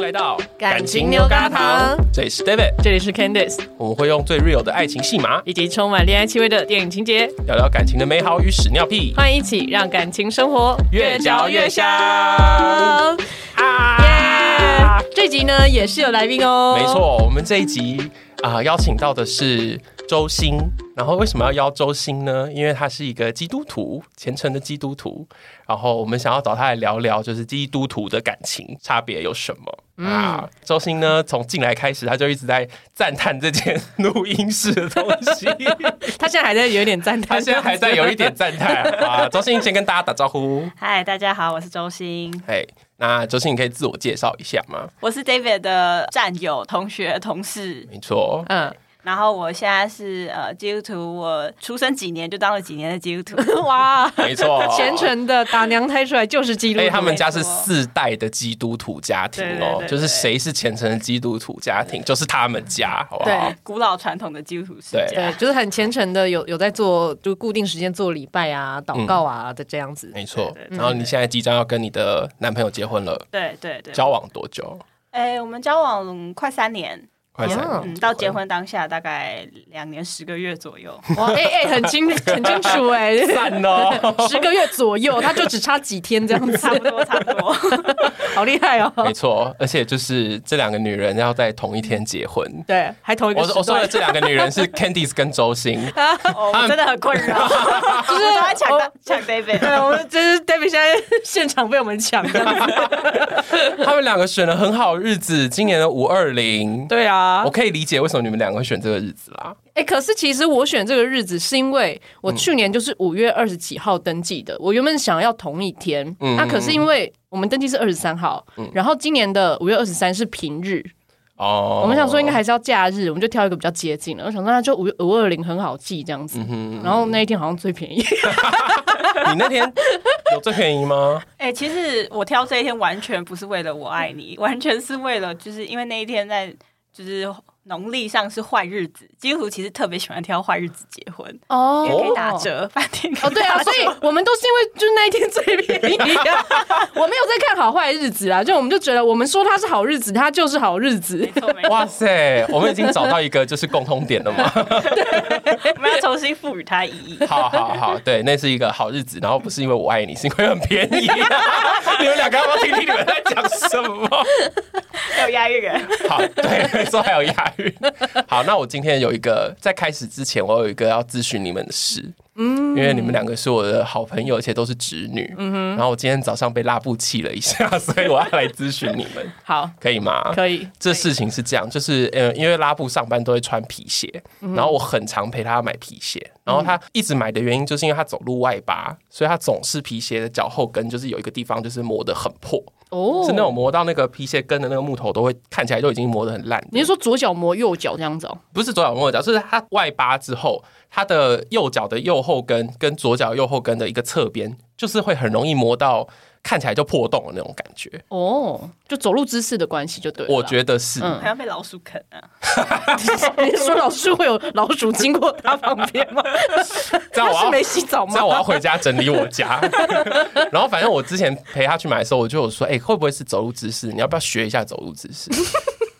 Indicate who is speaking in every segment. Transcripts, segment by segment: Speaker 1: 来到
Speaker 2: 感情牛轧糖，
Speaker 1: 这里是 David，
Speaker 2: 这里是 Candice，
Speaker 1: 我们会用最 real 的爱情戏码
Speaker 2: 以及充满恋爱气味的电影情节，
Speaker 1: 聊聊感情的美好与屎尿屁，
Speaker 2: 欢迎一起让感情生活
Speaker 1: 越嚼越香。
Speaker 2: 耶
Speaker 1: 啊！！
Speaker 2: 这集呢也是有来宾哦，
Speaker 1: 没，错，我们这一集啊、邀请到的是周星。然后为什么要邀周星呢？因为他是一个基督徒，虔诚的基督徒。然后我们想要找他来聊聊，就是基督徒的感情差别有什么、啊？周星呢，从进来开始他就一直在赞叹这件录音室的东西。
Speaker 2: 他现在还在有点赞叹，
Speaker 1: 他现在还在有一点。赞叹啊！周星先跟大家打招呼，
Speaker 3: 嗨，大家好，我是周欣，
Speaker 1: 哎，那周星你可以自我介绍一下吗？
Speaker 3: 我是 David 的战友、同学、同事。
Speaker 1: 没错，
Speaker 2: 嗯，
Speaker 3: 然后我现在是呃基督徒，我出生几年就当了几年的基督徒。
Speaker 2: 哇，
Speaker 1: 没错，
Speaker 2: 虔诚的打娘胎出来就是基督徒，
Speaker 1: 哎，他们家是四代的基督徒家庭哦
Speaker 3: 对对对，对
Speaker 1: 就是谁是虔诚的基督徒家庭，就是他们家， 好不好
Speaker 2: 对？
Speaker 3: 古老传统的基督徒世
Speaker 1: 对
Speaker 3: 界，
Speaker 2: 对，就是很虔诚的有有在做，就固定时间做礼拜啊、祷告
Speaker 1: 嗯
Speaker 2: 啊的这样子。
Speaker 1: 没错
Speaker 3: 对。对对
Speaker 1: 然后你现在即将要跟你的男朋友结婚了，
Speaker 3: 对对对。
Speaker 1: 交往多久？
Speaker 3: 哎、我们交往快三年，
Speaker 1: 快三
Speaker 2: 嗯
Speaker 1: 年
Speaker 3: 嗯，，到结婚当下大概两年十个月左右。
Speaker 2: 哇，哎、哎、很清很清楚 哎、
Speaker 1: 散 哦。
Speaker 2: 十个月左右，他就只差几天这样子
Speaker 3: 差，不多，差不多。
Speaker 2: 好厉 害
Speaker 1: 没
Speaker 2: 哦！
Speaker 1: 错，而且就是这两个女人要在同一天结 婚。
Speaker 2: 对，还同一个
Speaker 1: 我
Speaker 2: 时
Speaker 1: 说我说
Speaker 2: 段
Speaker 1: 的这两个女人是 Candice 跟周星，
Speaker 3: 哦，我真的很困扰，就是都在抢大抢 David。
Speaker 2: 对， 我们这是 David 现在 现场被我们抢的。
Speaker 1: 他们两个选了很好的日子，今年的五二零，
Speaker 2: 对啊
Speaker 1: 我，可以理解为什么你们两个会选这个日子啦。
Speaker 2: 哎、可是其实我选这个日子是因为我去年就是五月二十几号登记的，我原本想要同一天，
Speaker 1: 嗯
Speaker 2: 那、可是因为我们登记是二十三号，然后今年的五月二十三是平日，
Speaker 1: 哦，
Speaker 2: 我们想说应该还是要假日，我们就挑一个比较接近的。我想说那就五五二零很好记这样子，然后那一天好像最便宜，
Speaker 1: 你那天有最便宜吗？
Speaker 3: 哎、其实我挑这一天完全不是为了我爱你，完全是为了就是因为那一天在就是农历上是坏日子，基督徒其实特别喜欢挑坏日子结婚，
Speaker 2: 哦
Speaker 3: 因为可以打折，饭店可
Speaker 2: 哦，对 啊，所以我们都是因为就是那一天最便宜、啊，我没有在看好坏日子啊，就我们就觉得我们说它是好日子，它就是好日子
Speaker 3: 以。没错没错，
Speaker 1: 哇塞，我们已经找到一个就是共通点了 嘛。
Speaker 3: 我们要重新赋予它意义。
Speaker 1: 好好好，对，那是一个好日子，然后不是因为我爱你，是因为很便宜、啊 你们两个要不要听听你们在讲什么？
Speaker 3: 有押韵人，
Speaker 1: 好，对，没错，还有押韵。好，那我今天有一个，在开始之前，我有一个要咨询你们的事。嗯，因为你们两个是我的好朋友，而且都是直女。嗯然后我今天早上被拉布气了一下，所以我要来咨询你们，
Speaker 2: 好，
Speaker 1: 可以吗？
Speaker 2: 可以，
Speaker 1: 这事情是这样，就是呃，因为拉布上班都会穿皮鞋，然后我很常陪他买皮鞋，然后他一直买的原因就是因为他走路外八，所以他总是皮鞋的脚后跟就是有一个地方就是磨得很破，
Speaker 2: 哦
Speaker 1: 是那种磨到那个皮鞋跟的那个木头都会看起来都已经磨得很烂。
Speaker 2: 你是说左脚磨右脚这样子哦？
Speaker 1: 不是左脚磨右脚，是他外八之后，他的右脚的右后跟跟左脚右后跟的一个侧边，就是会很容易磨到看起来就破洞的那种感觉。
Speaker 2: 哦，就走路姿势的关系就对了啦。
Speaker 1: 我觉得是，
Speaker 2: 嗯
Speaker 3: 好像被老鼠啃啊！
Speaker 2: 得 你是说老师会有老鼠经过他旁边 吗？
Speaker 1: 这样我
Speaker 2: 他是
Speaker 1: 要
Speaker 2: 没洗澡
Speaker 1: 这样
Speaker 2: 吗？
Speaker 1: 我要回家整理我家。然后反正我之前陪他去买的时候，我就有说，哎、会不会是走路姿势？你要不要学一下走路姿势？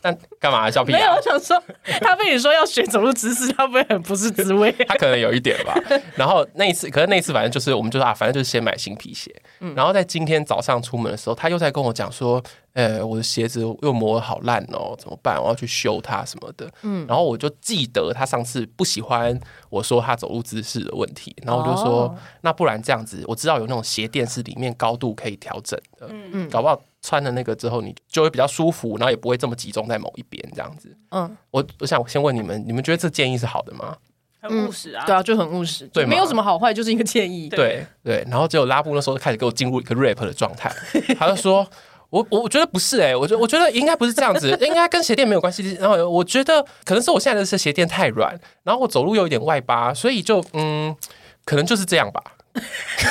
Speaker 1: 但干嘛笑屁
Speaker 2: 没有，
Speaker 1: 啊
Speaker 2: 我？想说他被你说要学走路姿势，他不会很不是滋味？
Speaker 1: 他可能有一点吧。然后那一次，可是那一次反正就是我们就说啊，反正就是先买新皮鞋。然后在今天早上出门的时候，他又在跟我讲说，呃，我的鞋子又磨得好烂哦，怎么办？我要去修它什么的。嗯，然后我就记得他上次不喜欢我说他走路姿势的问题，然后我就说，
Speaker 2: 哦
Speaker 1: 那不然这样子，我知道有那种鞋垫是里面高度可以调整的，嗯嗯，搞不好穿了那个之后你就会比较舒服，然后也不会这么集中在某一边这样子。
Speaker 2: 嗯，
Speaker 1: 我我想先问你们，你们觉得这建议是好的吗？
Speaker 3: 很务实啊，
Speaker 2: 对啊，就很务实，
Speaker 1: 对嘛
Speaker 2: 没有什么好坏，就是一个建议。
Speaker 1: 对对，然后结果拉布那时候开始给我进入一个 rap 的状 态，他就说。我我我觉得不是哎、我觉得我觉得应该不是这样子， 应该跟鞋垫没有关系。然后我觉得可能是我现在的这鞋垫太软，然后我走路有一点外八，所以就嗯，可能就是这样吧。
Speaker 2: 就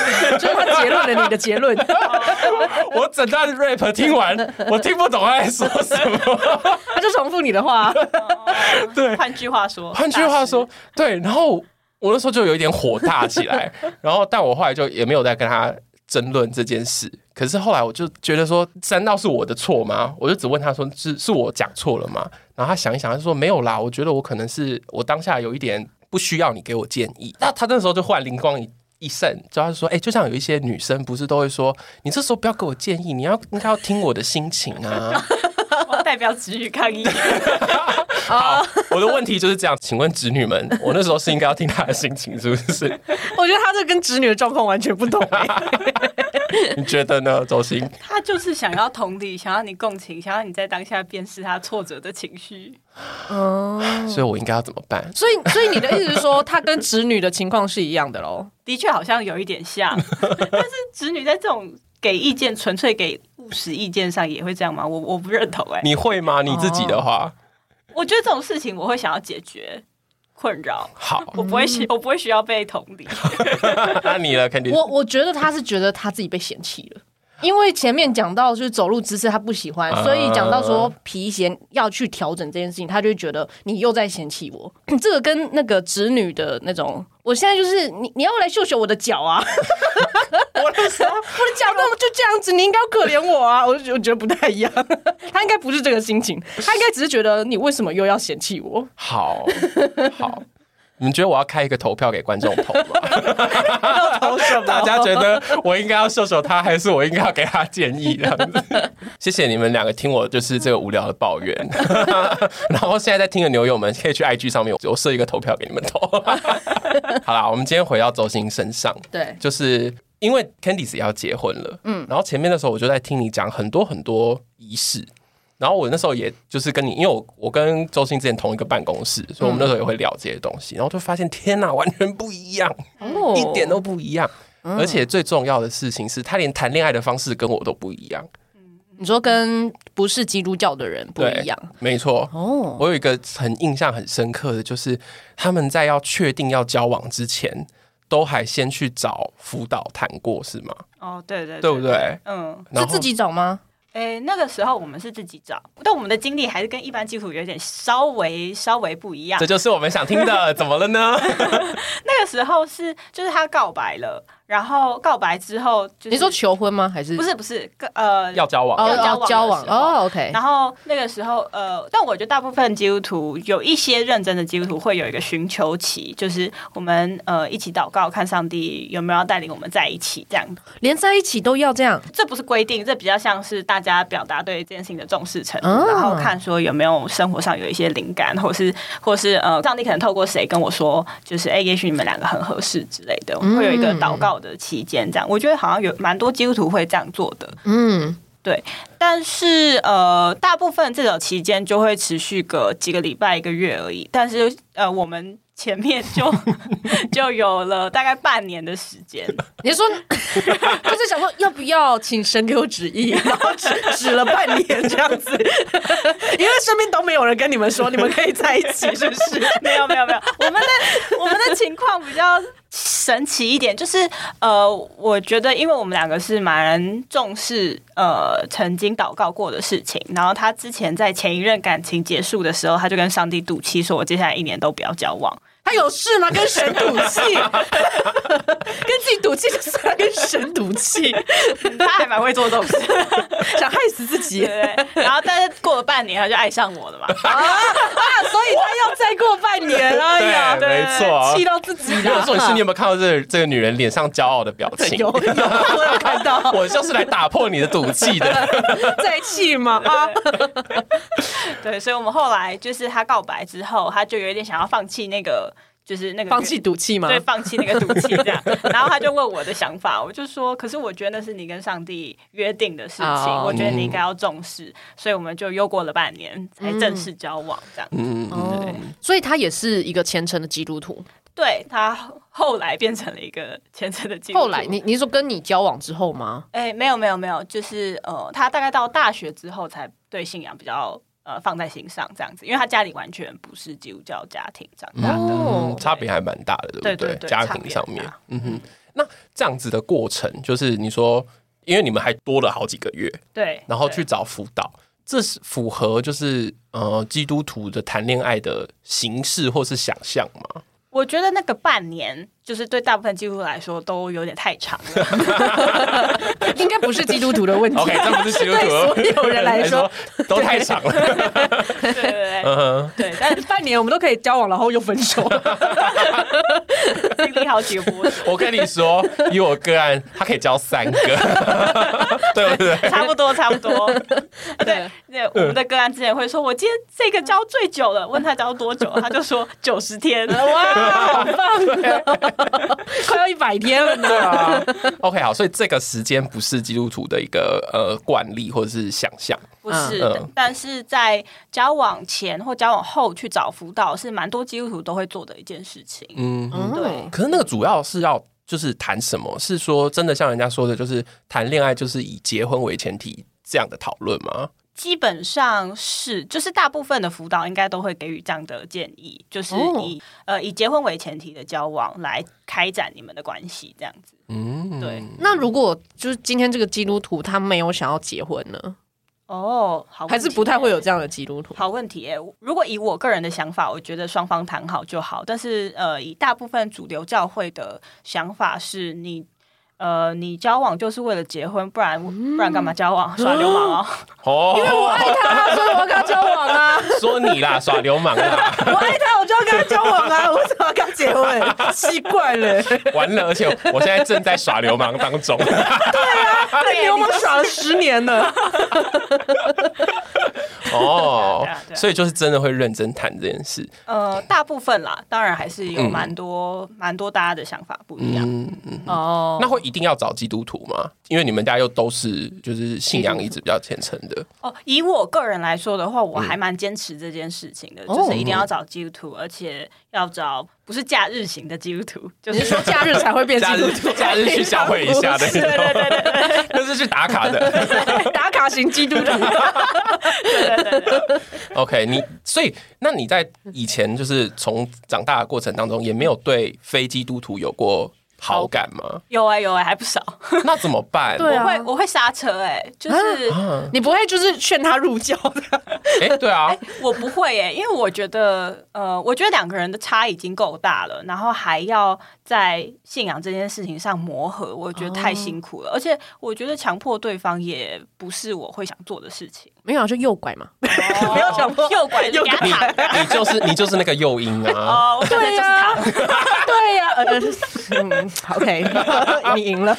Speaker 2: 是他结论了你的结 论。
Speaker 1: 我整段 rap 听完，我听不懂他在说什么。
Speaker 2: 他就重复你的话，
Speaker 1: 对，
Speaker 3: 换句话说，
Speaker 1: 换句话说
Speaker 3: 大师，，
Speaker 1: 对，然后我那时候就有一点火大起来，然后但我后来就也没有再跟他争论这件事。可是后来我就觉得说，难道是我的错吗？我就只问他说，是是我讲错了吗？然后他想一想，他就说没有啦，我觉得我可能是我当下有一点不需要你给我建议。那他那时候就忽然灵光一。一闪，就他就说，哎、就像有一些女生不是都会说，你这时候不要给我建议，你要应该要听我的心情啊。
Speaker 3: 我要代表直女抗议。
Speaker 1: 好，我的问题就是这样，请问侄女们，我那时候是应该要听她的心情，是不是？
Speaker 2: 我觉得他这跟侄女的状况完全不同、欸。
Speaker 1: 你觉得呢，周星？
Speaker 3: 他就是想要同理，想要你共情，想要你在当下辨识他挫折的情绪。
Speaker 1: 所以我应该要怎么办？
Speaker 2: 所以，所以你的意思是说，他跟侄女的情况是一样的喽？
Speaker 3: 的确好像有一点像， 但是直女在这种给意见、纯粹给务实意见上也会这样吗？我我不认同哎、
Speaker 1: 你会吗？你自己的话，
Speaker 3: 我觉得这种事情我会想要解决困扰，
Speaker 1: 好，
Speaker 3: 我不会需我不会需要被同理。
Speaker 1: 那你呢肯定
Speaker 2: 我我觉得他是觉得他自己被嫌弃了。因为前面讲到就是走路姿势他不喜欢，
Speaker 1: 啊
Speaker 2: 所以讲到说皮鞋要去调整这件事情，他就会觉得你又在嫌弃我。 这个跟那个侄女的那种，我现在就是你你要来秀秀我的脚啊，
Speaker 1: 我那时候
Speaker 2: 我的脚那么就这样子，你应该要可怜我啊！我 就觉我觉得不太一样， 他应该不是这个心情，他应该只是觉得你为什么又要嫌弃我？
Speaker 1: 好 好。你们觉得我要开一个投票给观众投吗？
Speaker 2: 要投什么？
Speaker 1: 大家觉得我应该要秀秀他，还是我应该要给他建议？这样子，谢谢你们两个听我就是这个无聊的抱怨。 然后现在在听的牛友们，可以去 IG 上面，我设一个投票给你们投。 好啦，我们今天回到周星身上，
Speaker 2: 对，
Speaker 1: 就是因为 Candice 也要结婚了，嗯，然后前面的时候我就在听你讲很多很多仪式，然后我那时候也就是跟你，因为我我跟周星之前同一个办公室，所以我们那时候也会聊这些东西，然后就发现天哪， 完全不一样，
Speaker 2: 嗯哦嗯
Speaker 1: 一点都不一样。而且最重要的事情是，他连谈恋爱的方式跟我都不一样，
Speaker 2: 你说跟不是基督教的人不
Speaker 1: 对
Speaker 2: 一样
Speaker 1: 没错。
Speaker 2: 哦，
Speaker 1: 我有一个很印象很深刻的，就是他们在要确定要交往之前，都还先去找辅导谈过，是吗？
Speaker 3: 哦，对对
Speaker 1: 对不？对？
Speaker 3: 嗯，
Speaker 2: 是
Speaker 1: 然后
Speaker 2: 自己找吗？
Speaker 3: 诶，那个时候我们是自己找，但我们的经历还是跟一般基础有点稍微稍微不一样
Speaker 1: 这。就是我们想听的，怎么了呢？
Speaker 3: 那个时候是就是他告白了，然后告白之后就是
Speaker 2: 你说求婚吗？还是
Speaker 3: 不是不是个呃
Speaker 1: 要交往
Speaker 2: 哦
Speaker 3: 要交
Speaker 2: 要
Speaker 3: 往
Speaker 2: 交
Speaker 3: 的
Speaker 2: 往
Speaker 3: 时候
Speaker 2: 哦？OK，
Speaker 3: 然后那个时候，呃，但我觉得大部分基督徒有一些认真的基督徒会有一个寻求期，就是我们呃一起祷告，看上帝有没有要带领我们在一起这样。
Speaker 2: 连在一起都要这样
Speaker 3: 这不是规定，这比较像是大家表达对这件事情的重视程度，
Speaker 2: 啊
Speaker 3: 然后看说有没有生活上有一些灵感，或是或是呃，上帝可能透过谁跟我说，就是哎、也许你们两个很合适之类的，
Speaker 2: 嗯
Speaker 3: 我们会有一个祷告的期间这样。我觉得好像有蛮多基督徒会这样做的，
Speaker 2: 嗯，
Speaker 3: 对，但是呃，大部分这种期间就会持续个几个礼拜、一个月而已。但是呃，我们前面就 就有了大概半年的时间，
Speaker 2: 你说 就是想说要不要请神给我指 意，然后指指了半年这样 子，因为身边都没有人跟你们说你们可以在一起，是不是？
Speaker 3: 没有没有没有，我们的我们的情况比较神奇一点，就是呃，我觉得因为我们两个是蛮重视呃曾经祷告过的事情，然后他之前在前一任感情结束的时候，他就跟上帝赌气说，我接下来一年都不要交往。
Speaker 2: 他有事吗？跟神赌气， 跟自己赌气就算了，跟神赌气，
Speaker 3: 他还蛮会做这种事。
Speaker 2: 想害死自己啊！
Speaker 3: 对，然后但是过了半年，他就爱上我了 嘛。
Speaker 2: 啊所以他要再过半年，哎呀，
Speaker 1: 对啊没错
Speaker 2: 气到自己
Speaker 1: 没有
Speaker 2: 了。
Speaker 1: 重点是，你有没有看到这个这个女人脸上骄傲的表情？
Speaker 2: 有有，我有看 到，
Speaker 1: 我就是来打破你的赌气 的。
Speaker 2: 在气吗？啊，
Speaker 3: 对，所以我们后来就是他告白之后，他就有一点想要放弃那个，就是那个
Speaker 2: 放弃。赌气吗？
Speaker 3: 对，放弃那个赌气这样， 然后他就问我的想法，我就说，可是我觉得那是你跟上帝约定的事情
Speaker 2: 哦
Speaker 3: 我觉得你应该要重视，所以我们就又过了半年才正式交往这样。
Speaker 1: 嗯，
Speaker 2: 哦，所以他也是一个虔诚的基督徒。
Speaker 3: 对他后来变成了一个虔诚的基督徒。
Speaker 2: 后来你你是说跟你交往之后 吗？
Speaker 3: 哎、没有没有没有，就是呃，他大概到大学之后才对信仰比较呃放在心上这样子，因为他家里完全不是基督教家庭长大的，
Speaker 2: 哦
Speaker 1: 差别还蛮大的，嗯对不
Speaker 3: 对对对
Speaker 1: 家
Speaker 3: 差别
Speaker 2: 啊
Speaker 1: 庭上面
Speaker 3: 很大，
Speaker 1: 嗯哼。那这样子的过程，就是你说，因为你们还多了好几个月，
Speaker 3: 对，
Speaker 1: 然后
Speaker 3: 对
Speaker 1: 去找辅导，这是符 合就是呃基督徒的谈恋爱的形式或是想象吗？
Speaker 3: 我觉得那个半年，就是对大部分基督徒来说都有点太长了。
Speaker 2: 应该不是基督徒的问题
Speaker 1: OK，这不是基督徒， 哦
Speaker 2: 对所有人来说
Speaker 1: 都太长了。
Speaker 3: 对对对
Speaker 1: 嗯哼，
Speaker 3: 对，但
Speaker 2: 哎半年我们都可以交往，然后又分手。
Speaker 3: 经历好几个 波折，
Speaker 1: 我跟你说，以我个案，他可以教三个， 对不对？
Speaker 3: 差不多差不多。
Speaker 2: 对，
Speaker 3: 那我们的个案之前会说，我今天这个交最久了，问他交多久，他就说九十天。
Speaker 2: 嗯哇，好棒哦！快要一百天了呢。
Speaker 1: 对啊，OK，好，所以这个时间不是基督徒的一个呃惯例或者是想象，
Speaker 3: 不是
Speaker 1: 嗯
Speaker 3: 的，但是在交往前或交往后去找辅导，是蛮多基督徒都会做的一件事情。
Speaker 1: 嗯，
Speaker 3: 对
Speaker 1: 可是那个主要是要就是谈什么？是说真的像人家说的，就是谈恋爱就是以结婚为前提这样的讨论吗？
Speaker 3: 基本上是，就是大部分的辅导应该都会给予这样的建议，就是
Speaker 2: 哦
Speaker 3: 以、呃以结婚为前提的交往来开展你们的关系，这样子。
Speaker 1: 嗯，
Speaker 3: 对
Speaker 2: 那如果就是今天这个基督徒他没有想要结婚呢，
Speaker 3: 哦，好，
Speaker 2: 还是不太会有。这样的基督徒？
Speaker 3: 好问题耶！如果以我个人的想法，我觉得双方谈好就好。但是，呃，以大部分主流教会的想法是你，呃，你交往就是为了结婚，不然不然干嘛交往？耍流氓 哦！
Speaker 1: 哦，
Speaker 2: 爱他，所以我要跟他交往啊！
Speaker 1: 说你啦，耍流氓 啦，
Speaker 2: 我爱他，我就要跟他交往啊！我怎么要跟他结婚？奇怪嘞，
Speaker 1: 完了，而且我现在正在耍流氓当 中。
Speaker 3: 啊
Speaker 2: 被流氓耍了十年了。
Speaker 1: 哦
Speaker 3: 对啊对啊对，啊
Speaker 1: 所以就是真的会认真谈这件事。
Speaker 3: 呃，大部分啦，当然还是有蛮多、蛮多大家的想法不一样。
Speaker 1: 嗯，嗯
Speaker 2: 哦
Speaker 1: 那会一定要找基督徒吗？因为你们家又都是就是信仰
Speaker 2: 基督徒
Speaker 1: 一直比较虔诚 的。
Speaker 3: 哦，以我个人来说的话，我还蛮坚持这件事情的，
Speaker 2: 嗯哦
Speaker 3: 就是一定要找基督徒，而且要找不是假日型的基督 徒，就
Speaker 2: 你
Speaker 3: 是
Speaker 2: 是说假日才会变基
Speaker 1: 假
Speaker 2: 督
Speaker 1: 日
Speaker 2: 徒？
Speaker 1: 假日去教会一下的，
Speaker 2: 对
Speaker 1: 对对 对对，就是去打卡的。
Speaker 2: 打卡型基督徒。
Speaker 1: OK，你所以那你在以前就是从长大的过程当中，也没有对非基督徒有过好感吗？
Speaker 3: 有哎、有哎、还不少。
Speaker 1: 那怎么办？
Speaker 2: 对啊
Speaker 3: 我会我会刹车哎、就是、
Speaker 1: 啊，
Speaker 2: 你不会就是劝他入教的？
Speaker 1: 哎，对啊，
Speaker 3: 我不会哎、因为我觉得呃，我觉得两个人的差已经够大了，然后还要在信仰这件事情上磨合，我觉得太辛苦
Speaker 2: 哦
Speaker 3: 了，而且我觉得强迫对方也不是我会想做的事情。
Speaker 2: 没有，就诱拐嘛。
Speaker 3: 不
Speaker 2: 要强迫
Speaker 3: 诱拐，
Speaker 2: 诱
Speaker 3: 给他
Speaker 1: 你
Speaker 3: 躺着
Speaker 1: 你就是你就是那个诱因啊。
Speaker 3: 哦，我可能就是他。
Speaker 2: 对呀、呃，嗯，OK，你 赢了，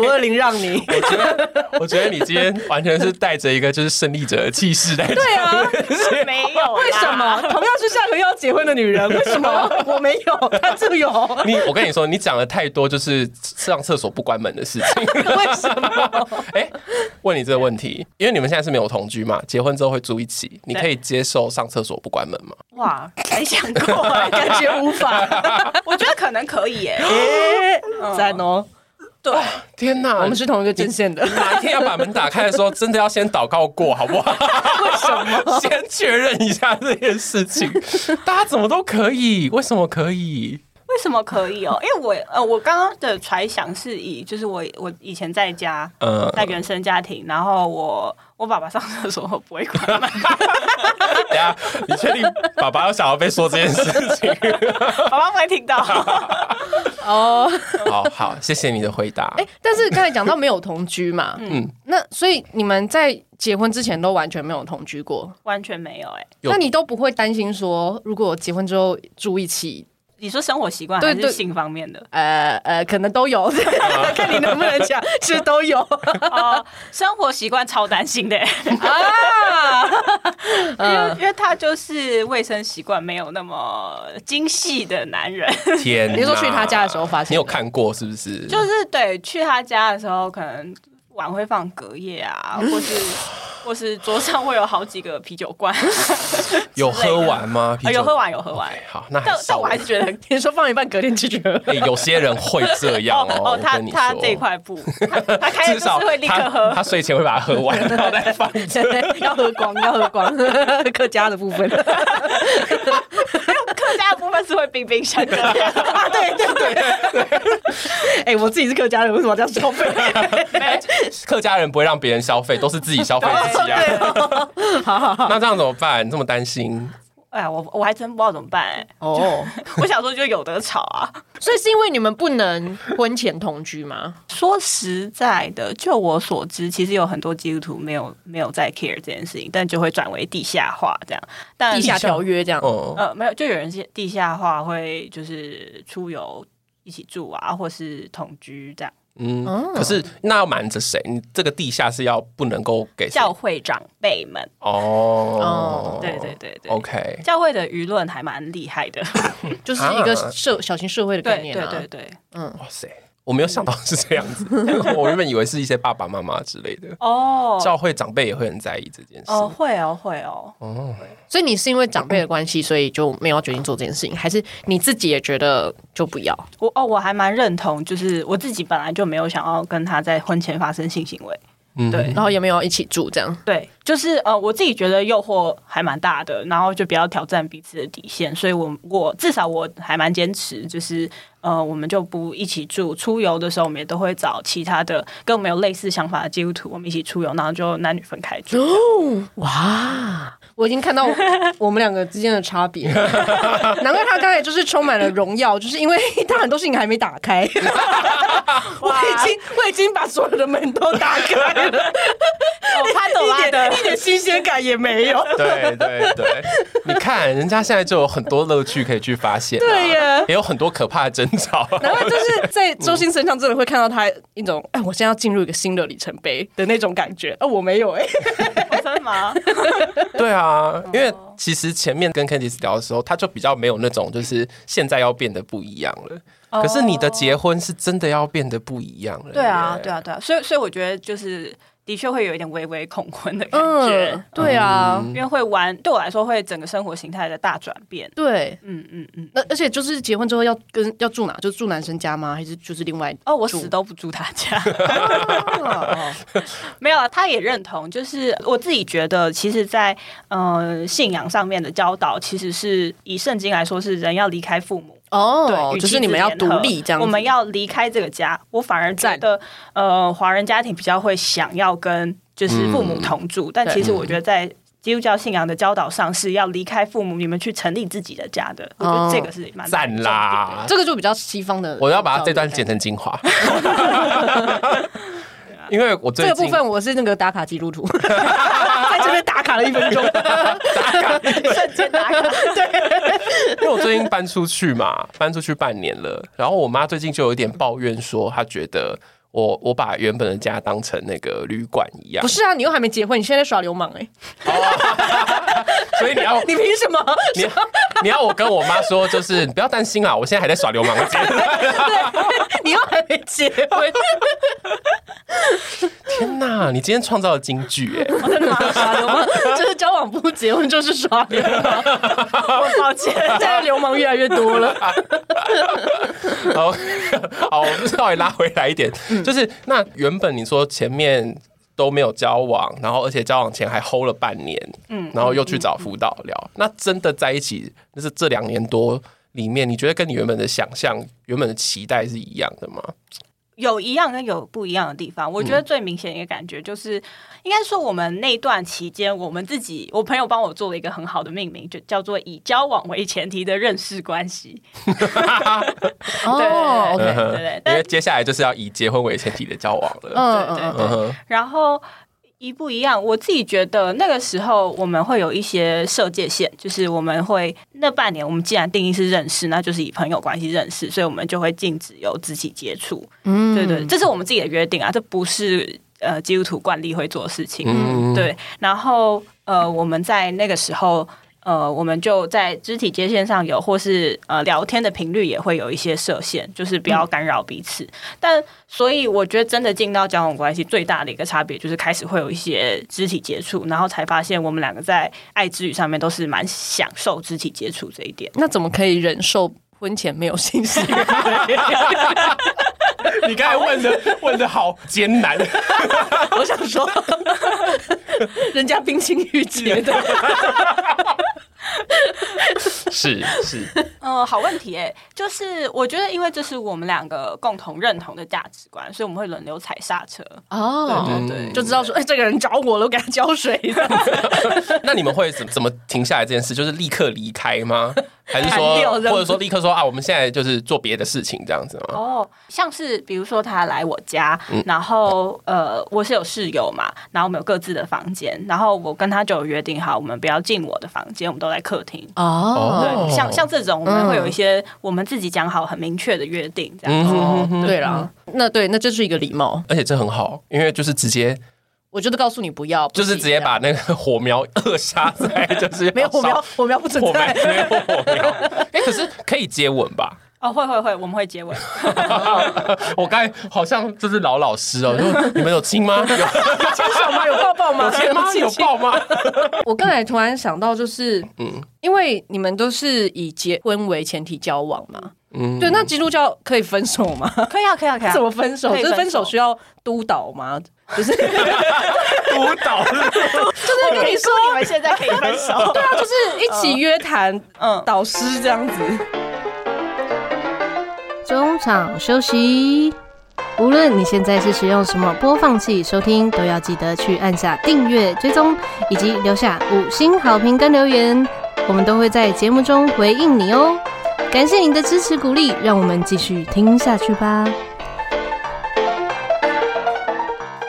Speaker 2: 五二零让你。
Speaker 1: 我觉得，我觉得你今天完全是带着一个就是胜利者的气势在讲
Speaker 2: 对啊，
Speaker 3: 没有啦，
Speaker 2: 为什么同样是下个月要结婚的女人，为什么我没有，她就有？
Speaker 1: 你，我跟你说，你讲了太多就是上厕所不关门的事情。
Speaker 2: 为什么？
Speaker 1: 哎、问你这个问题，因为你们现在是没有同居嘛，结婚之后会住一起，你可以接受上厕所不关门吗？
Speaker 3: 哇，没想过哎、
Speaker 2: 感觉无 法。
Speaker 3: 我觉得可能可以耶、
Speaker 2: 哎赞哦，
Speaker 3: 对，
Speaker 1: 天哪，
Speaker 2: 我们是同一个阵线的。
Speaker 1: 哪一天要把门打开的时候，真的要先祷告过，好 不好？为什么？先确认一下这件事情。大家怎么都可以，为什么可以？
Speaker 3: 为什么可以哦？因为我呃，我刚刚的揣想是以就是我我以前在家
Speaker 2: 呃
Speaker 1: 嗯，
Speaker 3: 在原生家庭，然后我我爸爸上厕所我不会 关门，
Speaker 1: 等一下，你确定爸爸有想要被说这件事情？
Speaker 3: 爸爸不会听到。
Speaker 2: 哦，
Speaker 1: 好好，谢谢你的回答。
Speaker 2: 哎，但是刚才讲到没有同居嘛，
Speaker 1: 嗯
Speaker 2: 嗯，那所以你们在结婚之前都完全没有同居过，
Speaker 3: 完全没有哎、
Speaker 1: 有
Speaker 2: 那你都不会担心说，如果结婚之后住一起，
Speaker 3: 你说生活习惯
Speaker 2: 对
Speaker 3: 还是
Speaker 2: 对
Speaker 3: 性方面的？
Speaker 2: 呃呃，可能都有， 看你能不能 讲，是都有
Speaker 3: 哦，生活习惯超担心的、欸，
Speaker 2: 啊。
Speaker 3: 因 为
Speaker 2: 嗯，
Speaker 3: 因为他就是卫生习惯没有那么精细的男人，
Speaker 1: 天哪，
Speaker 2: 你是说去他家的时候发现的
Speaker 1: 你有看过是不是？
Speaker 3: 就是对去他家的时候，可能碗会放隔夜 啊，或是或是桌上会有好几个啤 酒罐，
Speaker 1: 有喝完吗？啤
Speaker 3: 啊
Speaker 1: 酒
Speaker 3: 有喝完有喝完，
Speaker 1: 好，那还
Speaker 3: 但但
Speaker 1: 稍
Speaker 3: 我还
Speaker 1: 微
Speaker 3: 是。觉得很。
Speaker 2: 你说放一半隔天拒绝，
Speaker 1: 哎、有些人会这样哦，
Speaker 3: 哦，
Speaker 1: 我
Speaker 3: 他
Speaker 1: 跟你说，
Speaker 3: 他这一块不， 他他开
Speaker 1: 至
Speaker 3: 的就
Speaker 1: 少
Speaker 3: 是会立刻
Speaker 1: 他
Speaker 3: 喝
Speaker 1: 他，睡前会把它喝完，然后再放。
Speaker 2: 要喝光，要喝光，客家的部分。
Speaker 3: 客家的部分是会冰冰 箱 的，
Speaker 2: 啊，对对 对。哎，我自己是客家人，为什么要这样消费？
Speaker 1: 客家人不会让
Speaker 3: 哦
Speaker 1: 别人消费，都是自己消费自己啊。
Speaker 2: 好好好，
Speaker 1: 那这样怎么办？这么担心？
Speaker 3: 哎呀，我我还真不知道怎么办、哎
Speaker 2: 哦，
Speaker 3: 我小时候就有得吵啊。
Speaker 2: 所以是因为你们不能婚前同居吗？
Speaker 3: 说实在的，就我所知，其实有很多基督徒没有没有在 care 这件事情，但就会转为地下化这样。但
Speaker 2: 地下条约这样，
Speaker 1: 哦，
Speaker 3: 呃，没有，就有人是地下化，会就是出游一起住啊，或是同居这样。
Speaker 1: 嗯
Speaker 2: 哦，
Speaker 1: 可是那要瞒着谁？你这个地下是要不能够给谁
Speaker 3: 教会长辈们，
Speaker 1: 哦
Speaker 2: 哦，
Speaker 3: 对对对对
Speaker 1: ，OK，
Speaker 3: 教会的舆论还蛮厉害的。
Speaker 2: 就是一个
Speaker 1: 啊
Speaker 2: 社小型社会的概
Speaker 3: 对
Speaker 2: 念
Speaker 3: 对
Speaker 2: 啊。
Speaker 3: 对对，
Speaker 1: 哇塞，我没有想到是这样 子，我原本以为是一些爸爸妈妈之类的，
Speaker 3: 哦
Speaker 1: 教会长辈也会很在意这件事。
Speaker 3: 哦，会哦会哦，
Speaker 1: 哦，
Speaker 2: 所以你是因为长辈的关系，所以就没有决定做这件事情，还是你自己也觉得就不要？
Speaker 3: 我哦我还蛮认同，就是我自己本来就没有想要跟他在婚前发生性行为。
Speaker 1: 嗯
Speaker 3: 对
Speaker 2: 然后也没有一起住这样？
Speaker 3: 对，就是呃，我自己觉得诱惑还蛮大的，然后就不要挑战彼此的底线，所以我我至少我还蛮坚持，就是呃，我们就不一起住，出游的时候我们也都会找其他的跟我们有类似想法的基督徒，我们一起出游，然后就男女分开 住。
Speaker 2: 哇，我已经看到我我们两个之间的差别了，难怪他刚才就是充满了荣耀，就是因为他很多事情还没打开， 我已经我已经把所有的门都打开了，
Speaker 3: 哦，潘朵
Speaker 2: 一
Speaker 3: 拉
Speaker 2: 点
Speaker 3: 的
Speaker 2: 一点新鲜感也没有。
Speaker 1: 对对对，你看人家现在就有很多乐趣可以去发现、啊，
Speaker 2: 对耶
Speaker 1: 也有很多可怕的争吵、
Speaker 2: 难怪就是在周星身上真的会看到他一种，哎，我现在要进入一个新的里程碑的那种感觉。啊，我没有哎、
Speaker 3: 哦真的吗？
Speaker 1: 对啊，因为其实前面跟 Candice 聊的时候，他就比较没有那种就是现在要变得不一样了。可是你的结婚是真的要变得不一样了。
Speaker 3: 对啊，
Speaker 1: 耶
Speaker 3: 对。啊，对啊，所以所以我觉得就是的确会有一点微微恐婚的感觉，
Speaker 2: 嗯，对啊，
Speaker 3: 因为会玩对我来说会整个生活形态的大转变。
Speaker 2: 对。
Speaker 3: 嗯嗯嗯，
Speaker 2: 那而且就是结婚之后要跟要住哪？就住男生家吗？还是就是另外？
Speaker 3: 哦，我死都不住他家。
Speaker 2: 哦
Speaker 3: 没有啊，他也认同。就是我自己觉得，其实在，呃信仰上面的教导，其实是以圣经来说是人要离开父母，
Speaker 2: 哦，
Speaker 3: 与
Speaker 2: 就
Speaker 3: 妻
Speaker 2: 是
Speaker 3: 子
Speaker 2: 你们要
Speaker 3: 联
Speaker 2: 独
Speaker 3: 合
Speaker 2: 立这样子，
Speaker 3: 我们要离开这个家。我反而觉得，呃，华人家庭比较会想要跟就是父母同
Speaker 2: 嗯
Speaker 3: 住，但其实我觉得在。基督教信仰的教导上是要离开父母，你们去成立自己的家的。我觉
Speaker 2: 哦
Speaker 3: 得这个是蛮
Speaker 1: 赞啦！
Speaker 2: 这个就比较西方的。
Speaker 1: 我要把它这段剪。成精华，因为我最
Speaker 2: 这个
Speaker 1: 近
Speaker 2: 部分我是那个打卡基 督徒，在这边打卡了一分钟。
Speaker 3: 瞬间打卡。
Speaker 1: 因为我最近搬出去嘛，搬出去半年了，然后我妈最近就有一点抱怨说，她觉得我我把原本的家当成那个旅馆一样
Speaker 2: 不，是啊，你又还没结婚，你现在在耍流氓 哎、
Speaker 1: 所以你要
Speaker 2: 你凭什么？
Speaker 1: 你 要你要我跟我妈说，就是你不要担心啦，我现在还在耍流氓节。
Speaker 2: 你又还没结婚，
Speaker 1: 天哪，你今天创造了金句哎！
Speaker 2: 我真的吗？耍流氓就是交往不结婚就是耍流氓。我抱歉，现在流氓越来越多了。
Speaker 1: 好，好，我们稍微拉回来一点，就是那原本你说前面都没有交往，然后而且交往前还 hold 了半年，嗯，然后又去找辅导聊，那真的在一起，就是这两年多里面，你觉得跟你原本的想象、原本的期待是一样的吗？
Speaker 3: 有一样跟有不一样的地方。我觉得最明显的一个感觉就是，应该说我们那段期间，我们自己，我朋友帮我做了一个很好的命名，就叫做以交往为前提的认识关系。
Speaker 2: 哦
Speaker 3: 对
Speaker 2: ，OK，
Speaker 3: 对对
Speaker 1: 因
Speaker 3: 但
Speaker 1: 为接下来就是要以结婚为前提的交往了。
Speaker 2: 嗯
Speaker 3: 对对
Speaker 2: 嗯
Speaker 3: 对
Speaker 1: 嗯哼，
Speaker 3: 然后一不一样，我自己觉得那个时候我们会有一些设界限，就是我们会那半年，我们既然定义是认识，那就是以朋友关系认识，所以我们就会禁止有肢体接触。
Speaker 2: 嗯，
Speaker 3: 对对，这是我们自己的约定啊，这不是呃基督徒惯例会做的事情。
Speaker 1: 嗯，
Speaker 3: 对，然后呃，我们在那个时候，呃，我们就在肢体界限上有，或是呃聊天的频率也会有一些设限，就是不要干扰彼此。但所以我觉得，真的进到交往关系最大的一个差别，就是开始会有一些肢体接触，然后才发现我们两个在爱之语上面都是蛮享受肢体接触这一点。
Speaker 2: 那怎么可以忍受婚前没有信息？
Speaker 1: 你刚才问的问的好艰难，
Speaker 2: 我想说，人家冰清玉洁的，
Speaker 1: 是是，
Speaker 3: 嗯，好问题诶、就是我觉得，因为这是我们两个共同认同的价值观，所以我们会轮流踩刹车。
Speaker 2: 哦，
Speaker 1: 对对
Speaker 2: 就知道说，哎，这个人找我了，我给他浇水。这样 子
Speaker 1: 那你们会怎怎么停下来这件事？就是立刻离开 吗？还是说
Speaker 2: 砍掉，这样子
Speaker 1: 或者说立刻说啊，我们现在就是做别的事情这样子吗？
Speaker 3: 哦，像是比如说他来我家，
Speaker 2: 嗯
Speaker 3: 然后呃，我是有室友嘛，然后我们有各自的房间，然后我跟他就有约定好，我们不要进我的房间，我们都在客厅。
Speaker 2: 哦，
Speaker 1: 哦
Speaker 3: 对，像像这种，我们
Speaker 2: 嗯
Speaker 3: 会有一些我们自己讲好很明确的约定，这样。
Speaker 1: 嗯哼哼哼，
Speaker 2: 对啦，那对，那这是一个礼貌。
Speaker 1: 而且这很好，因为就是直接
Speaker 2: 我就是告诉你不要，
Speaker 1: 就是直
Speaker 2: 不行这
Speaker 1: 接
Speaker 2: 样
Speaker 1: 把那个火苗扼杀在，就是
Speaker 2: 没有火苗
Speaker 1: 烧，
Speaker 2: 火苗不存
Speaker 1: 火苗
Speaker 2: 在。
Speaker 1: 没有火 苗。哎，可是可以接吻吧？
Speaker 3: 哦，会会会，我们会接吻。
Speaker 1: 我刚才好像就是老老师哦，就你们有亲 吗？有
Speaker 2: 牵手吗？有抱抱吗？
Speaker 1: 有亲吗？有抱吗？
Speaker 2: 我刚才突然想到，就是
Speaker 1: 嗯
Speaker 2: 因为你们都是以结婚为前提交往嘛，
Speaker 1: 嗯，
Speaker 2: 对，那基督教可以分手吗？
Speaker 3: 可以啊，可以啊，可以啊
Speaker 2: 怎。么分手？
Speaker 3: 可以
Speaker 2: 就是分
Speaker 3: 分手
Speaker 2: 手需要督导吗？就是 就是
Speaker 1: 舞蹈
Speaker 2: 跟你说，
Speaker 3: 你们现在可以分手。
Speaker 2: 对啊，就是一起约谈
Speaker 3: 嗯，
Speaker 2: 导师这样子。
Speaker 4: 中场休息。无论你现在是使用什么播放器收听，都要记得去按下订阅、追踪，以及留下五星好评跟留言，我们都会在节目中回应你哦。感谢你的支持鼓励，让我们继续听下去吧。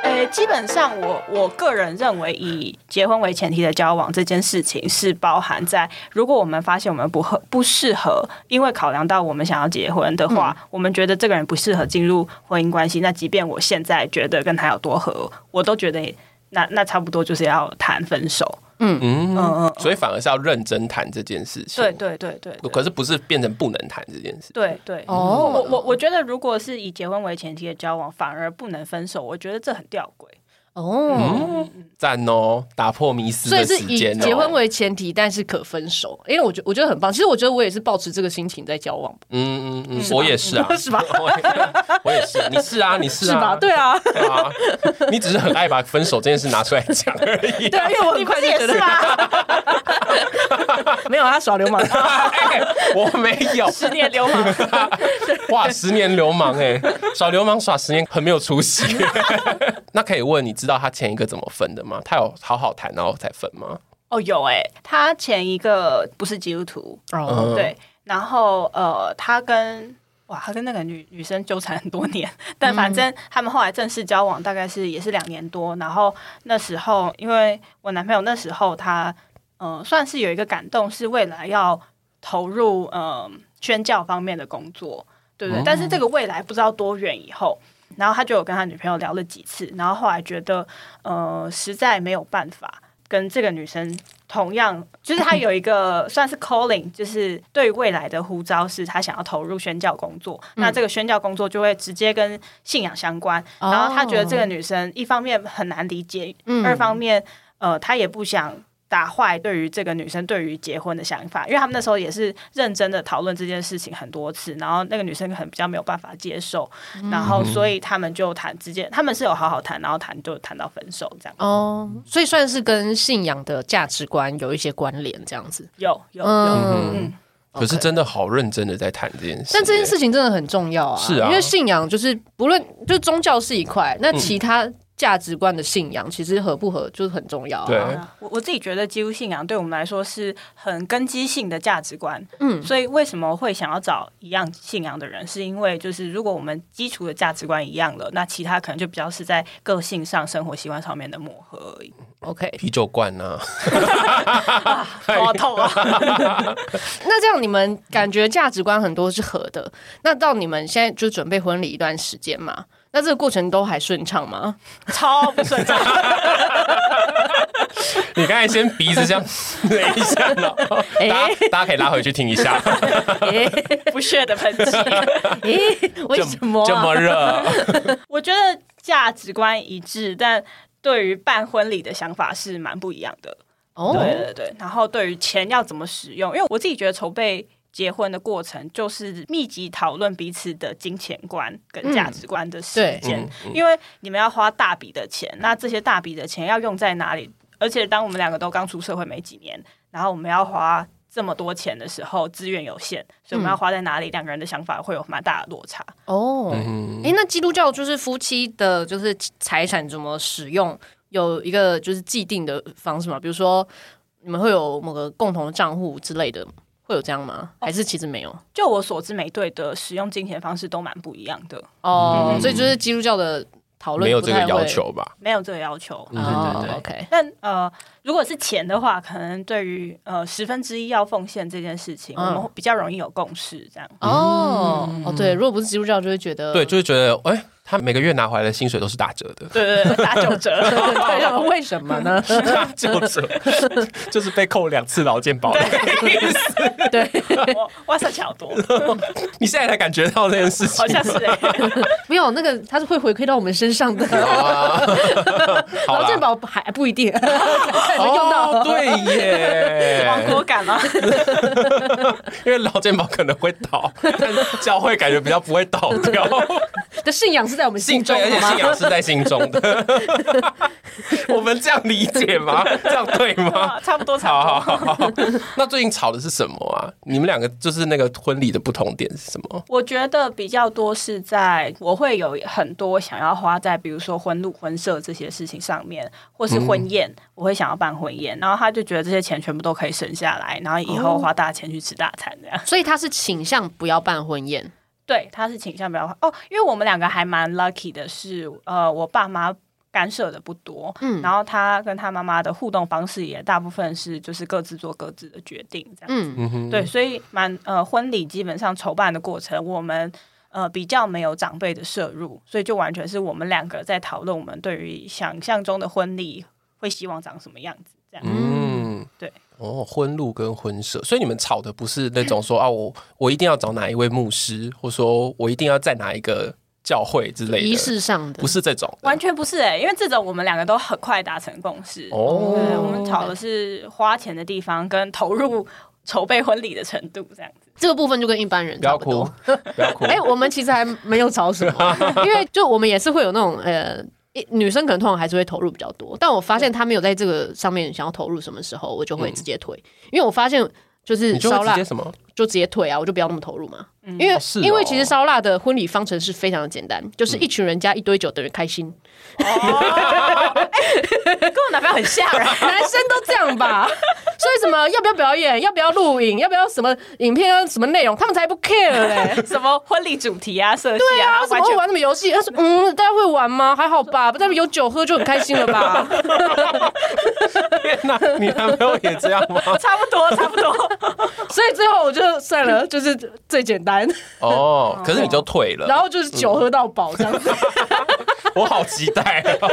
Speaker 3: 诶，基本上我我个人认为，以结婚为前提的交往这件事情是包含在，如果我们发现我们不合不适合，因为考量到我们想要结婚的话，
Speaker 2: 嗯
Speaker 3: 我们觉得这个人不适合进入婚姻关系，那即便我现在觉得跟他有多合，我都觉得那那差不多就是要谈分手。嗯
Speaker 1: 嗯，
Speaker 3: 嗯，嗯
Speaker 1: 所以反而是要认真谈这件事情。
Speaker 3: 对对对对对
Speaker 1: 可是不是变成不能谈这件事。
Speaker 3: 对对。
Speaker 2: 哦
Speaker 3: 我我我觉得，如果是以结婚为前提的交往，反而不能分手，我觉得这很吊诡。
Speaker 2: 哦，
Speaker 1: 赞哦，打破迷思
Speaker 2: 所以
Speaker 1: 的
Speaker 2: 是
Speaker 1: 嗯时
Speaker 2: 以
Speaker 1: 间哦。
Speaker 2: 结婚为前提，但是可分手。因为我觉我觉得很棒，其实我觉得我也是抱持这个心情在交往，
Speaker 1: 嗯嗯嗯，我也是啊，
Speaker 2: 是吧？
Speaker 1: 我也我也是，你 是啊，你是
Speaker 2: 是
Speaker 1: 啊，
Speaker 2: 吧？对啊，
Speaker 1: 对啊，你只是很爱把分手这件事拿出来讲而已。
Speaker 2: 对啊，因为 我很快就觉得 没有他耍流氓。
Speaker 1: 哎我没有，
Speaker 3: 十年流氓。
Speaker 1: 哇，十年流氓哎，耍流氓耍十年很没有出息。 那可以问你知道他前一个怎么分的吗？他有好好谈然后才分吗？
Speaker 3: 哦，有哎、他前一个不是基督徒，
Speaker 2: 哦
Speaker 1: 嗯
Speaker 3: 对，然后呃，他跟哇，他跟那个女女生纠缠很多年， 但反正他们后来正式交往大概是也是两年多，然后那时候因为我男朋友那时候他呃算是有一个感动，是未来要投入呃宣教方面的工作，对不对？但是这个未来不知道多远以后。然后他就有跟他女朋友聊了几次，然后后来觉得，呃，实在没有办法，跟这个女生同样，就是她有一个 算是 calling，就是对未来的呼召，是她想要投入宣教工作。
Speaker 2: 嗯
Speaker 3: 那这个宣教工作就会直接跟信仰相关。
Speaker 2: 哦嗯
Speaker 3: 然后她觉得这个女生一方面很难理解，二方面呃，她也不想。打坏对于这个女生对于结婚的想法，因为他们那时候也是认真的讨论这件事情很多次，然后那个女生很比较没有办法接受，
Speaker 2: 嗯
Speaker 3: 然后所以他们就谈之间，他们是有好好谈，然后谈就谈到分手这样。
Speaker 2: 哦，所以算是跟信仰的价值观有一些关联，这样子。
Speaker 3: 有有有，
Speaker 2: 嗯
Speaker 3: 嗯，
Speaker 1: 可是
Speaker 2: OK
Speaker 1: 真的好认真的在谈这件事，
Speaker 2: 但这件事情真的很重要啊，
Speaker 1: 是啊嗯
Speaker 2: 因为信仰就是不论就宗教是一块，那其他价值观的信仰其实合不合就是很重要、啊。
Speaker 1: 对
Speaker 3: 啊我我自己觉得基督信仰对我们来说是很根基性的价值观，
Speaker 2: 嗯
Speaker 3: 所以为什么会想要找一样信仰的人，是因为就是如果我们基础的价值观一样了，那其他可能就比较是在个性上、生活习惯上面的磨合而已。
Speaker 2: ，OK。
Speaker 1: 啤酒罐啊，
Speaker 3: 好痛啊！
Speaker 2: 那这样你们感觉价值观很多是合的，那到你们现在就准备婚礼一段时间嘛？那这个过程都还顺 畅吗？
Speaker 3: 超不顺畅。
Speaker 1: 你刚才先鼻子这 样等一下呢，大家大家可以拉回去听一 下，
Speaker 2: 诶、
Speaker 3: 不屑的喷气。
Speaker 2: 诶、为什么、啊？
Speaker 1: 这么热？
Speaker 3: 我觉得价值观一致，但对于办婚礼的想法是蛮不一样的。
Speaker 2: 哦，
Speaker 3: 对对对，然后对于钱要怎么使用，因为我自己觉得筹备结婚的过程就是密集讨论彼此的金钱观跟价值观的时间，因为你们要花大笔的钱，那这些大笔的钱要用在哪里？而且当我们两个都刚出社会没几年，然后我们要花这么多钱的时候，资源有限，所以我们要花在哪里，两个人的想法会有蛮大的落差。
Speaker 2: 哦，
Speaker 1: 嗯，
Speaker 2: 哎，那基督教就是夫妻的，就是财产怎么使用，有一个就是既定的方式嘛，比如说你们会有某个共同的账户之类的，会有这样吗？还是其实没有？
Speaker 3: 就我所知，每对的使用金钱方式都蛮不一样的，
Speaker 2: 哦，
Speaker 1: 嗯
Speaker 2: 所以就是基督教的讨论
Speaker 5: 没有
Speaker 2: 不
Speaker 5: 这个
Speaker 2: 太
Speaker 5: 要
Speaker 2: 会。
Speaker 5: 求吧？
Speaker 3: 没有这个要求。
Speaker 5: 嗯
Speaker 2: 哦
Speaker 3: 对对对。
Speaker 2: ，OK，
Speaker 3: 但呃，如果是钱的话，可能对于呃十分之一要奉献这件事情，
Speaker 2: 嗯
Speaker 3: 我们会比较容易有共识。这样，，
Speaker 2: 哦，哦，对，如果不是基督教，就会觉得
Speaker 1: 嗯对，就会觉得哎、他每个月拿回来的薪水都是打折的
Speaker 3: 对对对，打九折。
Speaker 2: 对，想说为什么呢？
Speaker 1: 打九折， 就是被扣两次劳健保的意思。
Speaker 2: 对，
Speaker 3: 哇哇塞，巧多，
Speaker 1: 你现在才感觉到这件事情
Speaker 3: 好，像是哎、
Speaker 2: 没有那个，它是会回馈到我们身上的。
Speaker 1: 好
Speaker 2: 劳
Speaker 1: 啦
Speaker 2: 健保还不一定， 看有没有 用到。
Speaker 1: 哦、对
Speaker 3: 亡
Speaker 1: 耶，
Speaker 3: 国感啊吗？
Speaker 1: 因为劳健保可能会倒，但是教会感觉比较不会倒掉，
Speaker 2: 的信仰是在我们 心
Speaker 1: 信
Speaker 2: 中，
Speaker 1: 对，而且
Speaker 2: 好
Speaker 1: 信
Speaker 2: 吗？
Speaker 1: 仰是在心中 的。 我们这样理解吗？这样对吗？
Speaker 3: 差不多，
Speaker 1: 好
Speaker 3: 差不多。
Speaker 1: 好好好，那最近吵的是什么啊？你们两个就是那个婚礼的不同点是什么？
Speaker 3: 我觉得比较多是在我会有很多想要花在，比如说婚录、婚摄这些事情上面，或是婚宴，我会想要办婚宴，然后他就觉得这些钱全部都可以省下来，然后以后花大钱去吃大餐这样。
Speaker 4: 所以他是倾向不要办婚宴，
Speaker 3: 对，他是倾向比较花哦，因为我们两个还蛮 lucky 的是，呃，我爸妈。干涉的不多，嗯，然后他跟他妈妈的互动方式也大部分是就是各自做各自的决定，这样，
Speaker 4: 嗯，
Speaker 1: 嗯哼，
Speaker 3: 对，所以蛮呃，婚礼基本上筹办的过程，我们呃比较没有长辈的摄入，所以就完全是我们两个在讨论我们对于想象中的婚礼会希望长什么样子。这样，
Speaker 1: 嗯，
Speaker 3: 对。
Speaker 1: 哦，婚路跟婚舍，所以你们吵的不是那种说啊，我我一定要找哪一位牧师，或说我一定要在哪一个教会之类的，
Speaker 4: 仪式上的
Speaker 1: 不是这种的
Speaker 3: 完全不是哎、因为这种我们两个都很快达成共识。
Speaker 1: 哦
Speaker 3: 对，我们吵的是花钱的地方跟投入筹备婚礼的程度这样子。
Speaker 4: 这个部分就跟一般人
Speaker 1: 不要
Speaker 4: 差不
Speaker 1: 哭
Speaker 4: 多。，
Speaker 1: 不要哭。
Speaker 2: 哎、我们其实还没有吵什 么，因为就我们也是会有那种呃。一女生可能通常还是会投入比较多，但我发现她没有在这个上面想要投入什么时候，我就会直接退，因为我发现就
Speaker 1: 嗯
Speaker 2: 是
Speaker 1: 你就会
Speaker 2: 烧
Speaker 1: 直
Speaker 2: 腊
Speaker 1: 接什么？
Speaker 2: 就直接退啊，我就不要那么投入嘛，因为、
Speaker 1: 哦是哦嗯
Speaker 2: 因为其实烧腊的婚礼方程式非常的简单，就是一群人加一堆酒等于开心，
Speaker 3: 跟我男朋友很像啊，
Speaker 2: 男生都这样吧。所以什么要不要表演，要不要录影，要不要什么影片啊，什么内容，他们才不 care 嘞、
Speaker 3: 什么婚礼主题啊、设计
Speaker 2: 对啊，
Speaker 3: 啊，
Speaker 2: 他怎
Speaker 3: 完
Speaker 2: 么会
Speaker 3: 全
Speaker 2: 玩什么游戏？他说：“嗯，大家会玩吗？还好吧，不但有酒喝就很开心了 吧？
Speaker 1: 天哪，你男朋友也这样吗？
Speaker 3: 差不多，差不 多。
Speaker 2: 所以最后我就算了，就是最简单，
Speaker 1: 哦，可是你就退
Speaker 2: 然
Speaker 1: 了，
Speaker 2: 后就是酒喝到饱这 样子。
Speaker 1: 我好期待哦。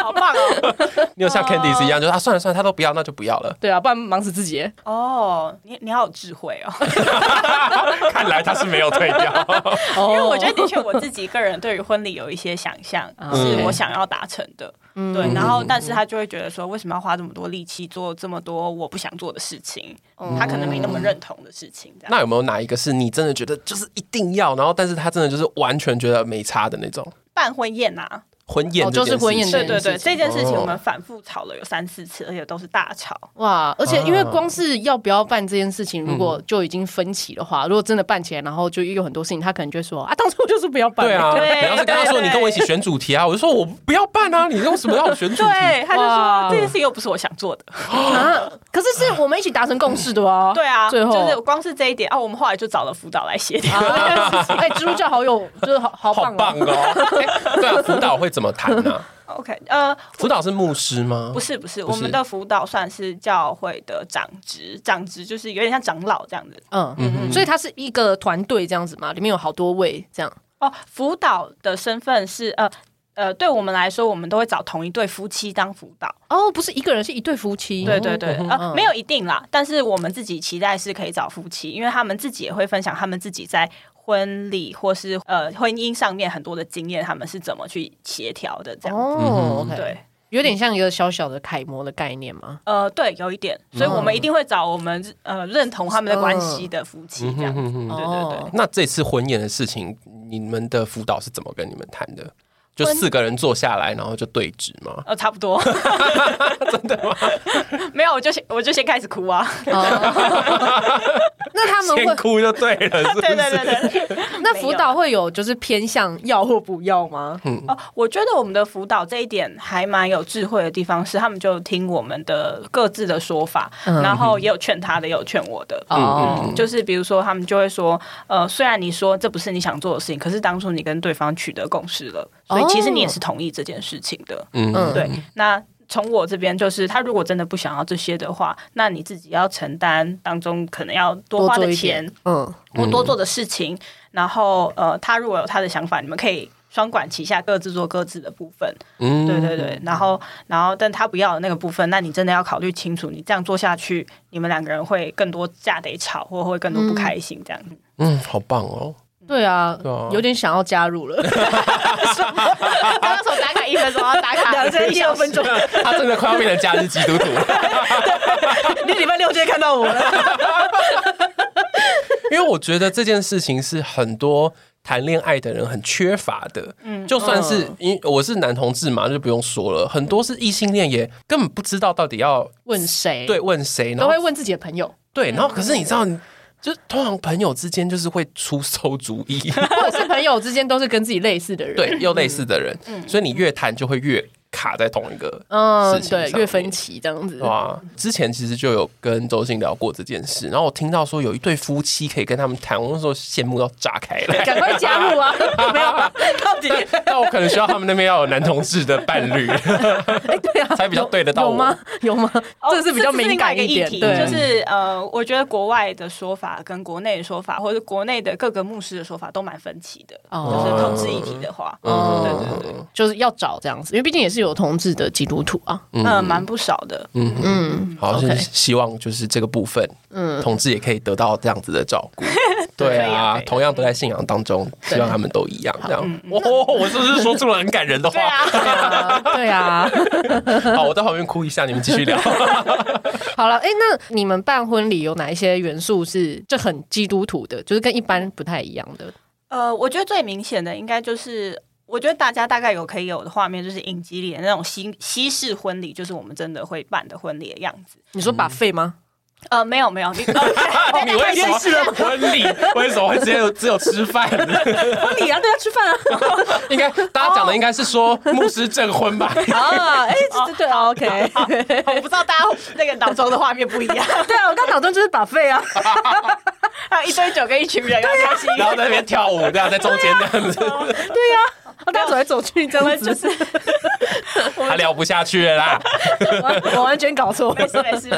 Speaker 3: 好棒哦！
Speaker 1: 你有像 Candice 一样，就是啊，算了算了，他都不要，那就不要了。
Speaker 2: 对啊，不然忙死自己。
Speaker 3: 哦，你你好有智慧哦。
Speaker 1: 看来他是没有退 掉。
Speaker 2: 因
Speaker 3: 因为我觉得的确我自己个人对于婚礼有一些想象，
Speaker 2: 啊
Speaker 3: 是我想要达成的。
Speaker 2: 嗯
Speaker 1: 嗯
Speaker 3: 对，然后但是他就会觉得说，为什么要花这么多力气做这么多我不想做的事情？
Speaker 2: 哦
Speaker 3: 他可能没那么认同的事情，这样。
Speaker 1: 那有没有哪一个是你真的觉得就是一定要，然后但是他真的就是完全觉得没差的那种
Speaker 3: 办婚宴啊，
Speaker 1: 婚宴
Speaker 2: 哦
Speaker 1: 这件
Speaker 2: 就是婚宴
Speaker 1: 事
Speaker 3: 对
Speaker 1: 情
Speaker 3: 对对，这件事情
Speaker 1: 哦
Speaker 3: 我们反复吵了有三四次，而且都是大 吵。
Speaker 4: 哇，
Speaker 2: 而
Speaker 4: 而
Speaker 2: 且
Speaker 1: 啊
Speaker 4: 且
Speaker 2: 因
Speaker 4: 因
Speaker 2: 为
Speaker 4: 为
Speaker 2: 光是要不要办这件事情，如
Speaker 1: 嗯
Speaker 2: 果就已经分歧的话，如果真的办起来，然后就又有很多事情，他可能就会说啊，当初我就是不要办。
Speaker 1: 对啊，
Speaker 3: 对
Speaker 1: 你要是跟他说
Speaker 3: 对
Speaker 1: 你跟我一起选主题啊，我就说我不要办啊，你用什么让我选主题？
Speaker 3: 对，他就
Speaker 2: 哇
Speaker 3: 说这件事情又不是我想做的。
Speaker 2: 啊，可是是我们一起达成共识的哦。
Speaker 3: 对啊，
Speaker 2: 最后
Speaker 3: 就是光是这一点啊，我们后来就找了辅导来协 调。
Speaker 2: 哎，基督教好友就是好好
Speaker 1: 好
Speaker 2: 棒
Speaker 1: 棒
Speaker 2: 哦。
Speaker 1: 哦！哎 对啊，辅导会怎么谈呢？
Speaker 3: OK，呃，
Speaker 1: 辅导是牧师吗？
Speaker 3: 不是不是，
Speaker 1: 不
Speaker 3: 我
Speaker 1: 是
Speaker 3: 们的辅导算是教会的长职，长职就是有点像长老这样子。
Speaker 2: 嗯，所以他是一个团队这样子嘛，里面有好多位这样。
Speaker 3: 哦，辅导的身份是呃呃，对我们来说，我们都会找同一对夫妻当辅导。
Speaker 2: 哦，不是一个人，是一对夫妻。
Speaker 3: 对对对，呃
Speaker 2: 嗯，
Speaker 3: 没有一定啦，但是我们自己期待是可以找夫妻，因为他们自己也会分享他们自己在。婚礼或是呃婚姻上面很多的经验，他们是怎么去协调的？这样、
Speaker 2: 哦，OK，
Speaker 3: 对，
Speaker 4: 有点像一个小小的楷模的概念嘛。
Speaker 3: 呃，对，有一点，所以
Speaker 2: 嗯
Speaker 3: 我们一定会找我们呃认同他们的关系的夫妻这样。
Speaker 1: 嗯哼哼
Speaker 2: 哦
Speaker 3: 对对对，
Speaker 1: 那这次婚宴的事情，你们的辅导是怎么跟你们谈的？就四个人坐下来，然后就对峙嘛。
Speaker 3: 呃，差不多， 真的吗？ 没有，我就先我就先开始哭 啊！
Speaker 2: 哦 那他们
Speaker 1: 先
Speaker 2: 会
Speaker 1: 哭就对了，是不是？
Speaker 3: 对对 对对，
Speaker 2: 那辅导会有就是偏向要或不要吗？
Speaker 1: 嗯
Speaker 3: 哦，我觉得我们的辅导这一点还蛮有智慧的地方是，他们就听我们的各自的说法，
Speaker 2: 嗯
Speaker 3: 然后也有劝他的，也有劝我的。
Speaker 2: 哦
Speaker 3: 嗯，就是比如说，他们就会说，呃，虽然你说这不是你想做的事情，可是当初你跟对方取得共识了，所以其实
Speaker 2: 哦
Speaker 3: 你也是同意这件事情的。
Speaker 1: 嗯
Speaker 2: 嗯
Speaker 3: 对，那从我这边就是，他如果真的不想要这些的话，那你自己要承担当中可能要多花
Speaker 2: 多做
Speaker 3: 的
Speaker 2: 一点
Speaker 3: 钱
Speaker 2: 嗯，
Speaker 3: 或多做的事情。然后呃，他如果有他的想法，你们可以双管齐下，各自做各自的部分。
Speaker 1: 嗯
Speaker 3: 对对对，然后然后，但他不要的那个部分，那你真的要考虑清楚，你这样做下去，你们两个人会更多架得吵，或会更多不开心 这样。
Speaker 1: 嗯，好棒 哦！
Speaker 2: 对啊
Speaker 1: 对啊，
Speaker 2: 有点想要加入 了。
Speaker 3: 刚刚从打卡一分钟到打 卡
Speaker 2: 两千六分钟，
Speaker 1: 他真的快要变成假日基督徒了。
Speaker 2: 你礼拜六就会看到我了。
Speaker 1: 因为我觉得这件事情是很多谈恋爱的人很缺乏的。嗯，就算是
Speaker 2: 嗯
Speaker 1: 因我是男同志嘛，就不用说了。很多是异性恋，也根本不知道到底要
Speaker 2: 问谁？
Speaker 1: 对，问谁，然
Speaker 2: 都
Speaker 1: 后
Speaker 2: 会嗯问自己的朋友，
Speaker 1: 对，然后可是你知道，就通常朋友之间就是会出馊主意，
Speaker 2: 或者是朋友之间都是跟自己类似的人。，
Speaker 1: 对，又类似的人，所以你越谈就会越卡在同一个。
Speaker 2: 嗯
Speaker 1: 事，情
Speaker 2: 对，
Speaker 1: 上
Speaker 2: 越分
Speaker 1: 面
Speaker 2: 歧这样子。
Speaker 1: 哇，之前其实就有跟周信聊过这件事，然后我听到说有一对夫妻可以跟他们谈，我那时候羡慕到炸开了。
Speaker 2: 赶快加入 啊！没有吧？
Speaker 3: 到底
Speaker 1: 但我可能需要他 们那边要有男同志的伴侣，
Speaker 2: 哎，对啊，
Speaker 1: 才比较对得到
Speaker 2: 有
Speaker 1: 我
Speaker 2: 有吗？有吗？
Speaker 3: 哦
Speaker 2: 这个是比较敏感
Speaker 3: 一
Speaker 2: 点，
Speaker 3: 题，
Speaker 2: 对
Speaker 3: 就，是呃，我觉得国外的说法跟国内的说法，或者国内的各个牧师的说法都蛮分歧的，
Speaker 2: 哦
Speaker 3: 就是同志议题的话，
Speaker 1: 嗯
Speaker 2: 哦
Speaker 3: 对对对，
Speaker 2: 就是要找这样子，因为毕竟也是有同志的基督徒 啊。
Speaker 3: 嗯、蛮不少的。
Speaker 2: 嗯，
Speaker 1: 好，
Speaker 2: OK
Speaker 1: 就是希望就是这个部分，嗯，同志也可以得到这样子的照 顾。对啊
Speaker 3: 可以啊，
Speaker 1: 同样都在信仰当中，希望他们都一样这样。哦，我是不是说出了很感人的
Speaker 3: 对
Speaker 1: 话？
Speaker 3: 啊，
Speaker 2: 啊对啊。
Speaker 1: 好，我在旁边哭一下，你们继续 聊。
Speaker 2: 好了，哎、那你们办婚礼有哪一些元素是就很基督徒的，就是跟一般不太一样的？
Speaker 3: 呃，我觉得最明显的应该就是。我觉得大家大概有可以有的画面，就是影集里的那种西西式婚礼，就是我们真的会办的婚礼的样子。
Speaker 2: 你说把
Speaker 1: 嗯
Speaker 2: 费吗？
Speaker 3: 呃，没有没有，你
Speaker 2: 哎
Speaker 3: 哦
Speaker 1: 你为什么
Speaker 2: 啊
Speaker 1: 婚礼？为什么会只有只有吃饭？
Speaker 2: 婚礼啊，对啊，吃饭啊。
Speaker 1: 应该大家讲的应该是说牧师证婚吧？
Speaker 2: 啊，哎、对对对，OK。
Speaker 3: 我不知道大家那个脑中的画面不一样，
Speaker 2: 对啊，我刚脑中就是把 费啊。
Speaker 3: 还有一堆酒跟一群人，要开心。
Speaker 1: 然后在那边跳舞，这样在中间这样子，
Speaker 2: 啊大家走来走去这
Speaker 3: 我
Speaker 2: 样
Speaker 3: 们
Speaker 2: 子，
Speaker 3: 就是
Speaker 2: 哦
Speaker 1: 他聊不下去了啦。
Speaker 2: 我我完全搞错。
Speaker 3: 没事没事，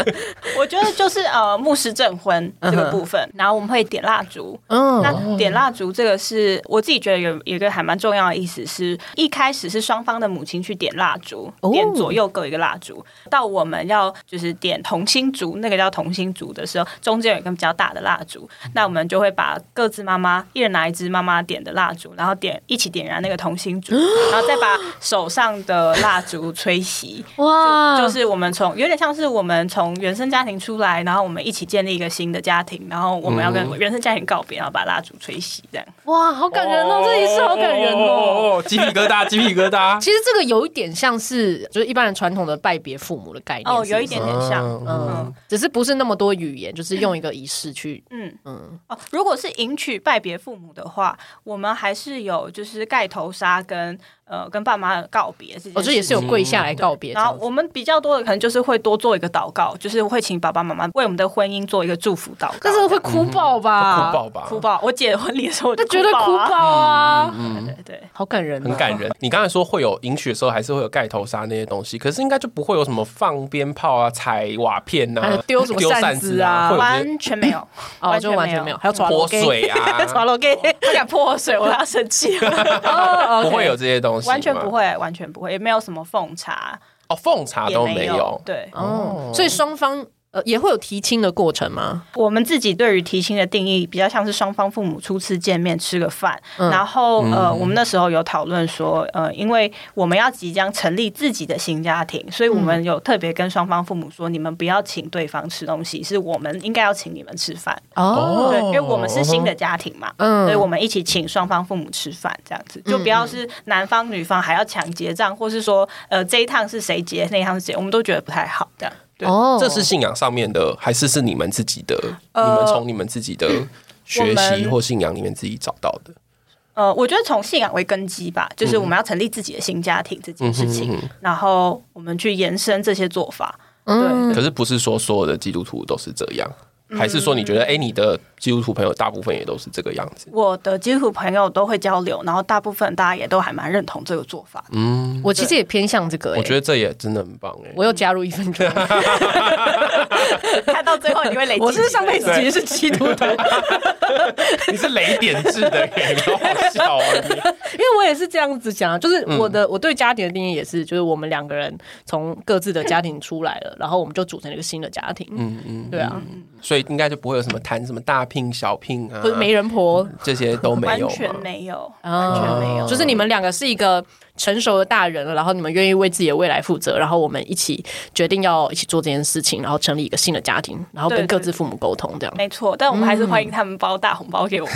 Speaker 3: 我觉得就是呃，牧师证婚这个部分，然后我们会点蜡烛。
Speaker 2: 嗯，
Speaker 3: 那点蜡烛这个是我自己觉得有有一个还蛮重要的意思是，一开始是双方的母亲去点蜡烛
Speaker 2: 哦，
Speaker 3: 点左右各一个蜡烛，到我们要就是点同心烛，那个叫同心烛的时候，中间有一根比较大的蜡烛，那我们就会把各自妈妈一人拿一支妈妈点的蜡烛，然后点一起点燃那个同心烛，然后再把手上的蜡烛吹熄。
Speaker 4: 哇
Speaker 3: 就就是我们从有点像是我们从原生家庭出来，然后我们一起建立一个新的家庭，然后我们要跟原生家庭告别，然后把蜡烛吹熄，这样。
Speaker 2: 哇，好感人哦，这一次好感人哦。，
Speaker 1: 鸡皮疙瘩，鸡皮疙瘩。
Speaker 2: 其实这个有一点像是就是一般人传统的拜别父母的概念
Speaker 3: 哦，有
Speaker 2: 是
Speaker 3: 一
Speaker 2: 不是
Speaker 3: 点点像，
Speaker 2: 嗯
Speaker 3: 嗯，
Speaker 2: 只是不是那么多语言，就是用一个仪式去，
Speaker 3: 嗯
Speaker 2: 嗯，
Speaker 3: 哦，如果是迎娶拜别父母的话，我们还是有就是盖头纱跟呃跟爸妈的告别这件事情，
Speaker 2: 我哦觉得也是有跪下来告别这
Speaker 3: 嗯然后
Speaker 2: 样子，
Speaker 3: 我们比较多的可能就是会多做一个祷告，就是会请爸爸妈妈为我们的婚姻做一个祝福祷告。
Speaker 2: 但是会哭爆吧？
Speaker 1: 嗯啊哭爆吧，
Speaker 3: 哭爆！我姐婚礼的时候我就
Speaker 2: 那绝对哭
Speaker 3: 啊，
Speaker 2: 爆啊！
Speaker 3: 对对对。
Speaker 2: 好感人哦，
Speaker 1: 嗯很感人。你刚才说会有迎娶的时候，还是会有盖头纱那些东西，可是应该就不会有什么放鞭炮啊、踩瓦片
Speaker 2: 还有
Speaker 1: 啊、
Speaker 2: 丢什么
Speaker 1: 丢
Speaker 2: 扇
Speaker 1: 扇
Speaker 2: 子
Speaker 1: 子
Speaker 2: 啊
Speaker 1: 啊，会有
Speaker 3: 完全没有，
Speaker 2: 哦，就完全没有，还有抓
Speaker 1: 泼水
Speaker 2: 抓
Speaker 1: 啊，
Speaker 2: 楼给
Speaker 3: 他敢泼我水，我要生气了。
Speaker 2: 哦，
Speaker 1: 不
Speaker 2: OK
Speaker 1: 会有这些东西吗，
Speaker 3: 完全不会，完全不会，也没有什么奉茶，
Speaker 1: 哦，奉茶
Speaker 3: 也
Speaker 1: 都
Speaker 3: 没
Speaker 1: 没有。
Speaker 3: 对，
Speaker 2: 哦，所以双方呃，也会有提亲的过程吗？
Speaker 3: 我们自己对于提亲的定义比较像是双方父母初次见面吃个饭，
Speaker 1: 嗯
Speaker 3: 然后呃，我们那时候有讨论说，呃，因为我们要即将成立自己的新家庭，所以我
Speaker 1: 嗯
Speaker 3: 们有特别跟双方父母说，你们不要请对方吃东西，是我们应该要请你们吃饭，
Speaker 1: 哦
Speaker 3: 对，因为我们是新的家庭嘛，
Speaker 2: 嗯
Speaker 3: 所以我们一起请双方父母吃饭，这样子就不要是男方女方还要抢结账，或是说呃这一趟是谁结，那一趟是谁，我们都觉得不太好，这样对。
Speaker 2: 哦
Speaker 1: 这是信仰上面的，还是是你们自己的？
Speaker 3: 呃
Speaker 1: 你们从你们自己的学
Speaker 3: 我
Speaker 1: 习
Speaker 3: 们
Speaker 1: 或信仰里面自己找到的？
Speaker 3: 呃，我觉得从信仰为根基吧，
Speaker 2: 嗯
Speaker 3: 就是我们要成立自己的新家庭这件事情，
Speaker 1: 嗯哼嗯
Speaker 3: 然后我们去延伸这些做法。
Speaker 2: 嗯
Speaker 3: 对，
Speaker 1: 可是不是说所有的基督徒都是这样？
Speaker 3: 嗯
Speaker 1: 还是说你觉得，哎、你的基督徒朋友大部分也都是这个样子？
Speaker 3: 我的基督徒朋友都会交流，然后大部分大家也都还蛮认同这个做法
Speaker 2: 嗯
Speaker 3: 的。
Speaker 2: 我其实也偏向这个、欸，
Speaker 1: 嗯我觉得这也真的很棒哎、
Speaker 2: 我又加入一分钟，
Speaker 3: 看到最后你会累积几个人，
Speaker 2: 我是上辈子其实是基督 徒，
Speaker 1: 你是雷点制的耶，好好笑啊！你
Speaker 2: 因为我也是这样子讲，就是我的、我对家庭的定义也是，就是我们两个人从各自的家庭出来了，然后我们就组成了一个新的家庭，嗯嗯，对啊，
Speaker 1: 所以应该就不会有什么谈什么大聘小聘啊，
Speaker 2: 不是媒人婆，
Speaker 1: 这些都没
Speaker 3: 完
Speaker 1: 有
Speaker 3: 全
Speaker 1: 吗？
Speaker 3: 没有，
Speaker 2: 啊
Speaker 3: 完全没有。
Speaker 2: 就是你们两个是一个成熟的大人了，然后你们愿意为自己的未来负责，然后我们一起决定要一起做这件事情，然后成立一个新的家庭，然后跟
Speaker 3: 对
Speaker 2: 各自父母沟通这样。
Speaker 3: 没错，但我们还是欢迎他们包大红包给我们。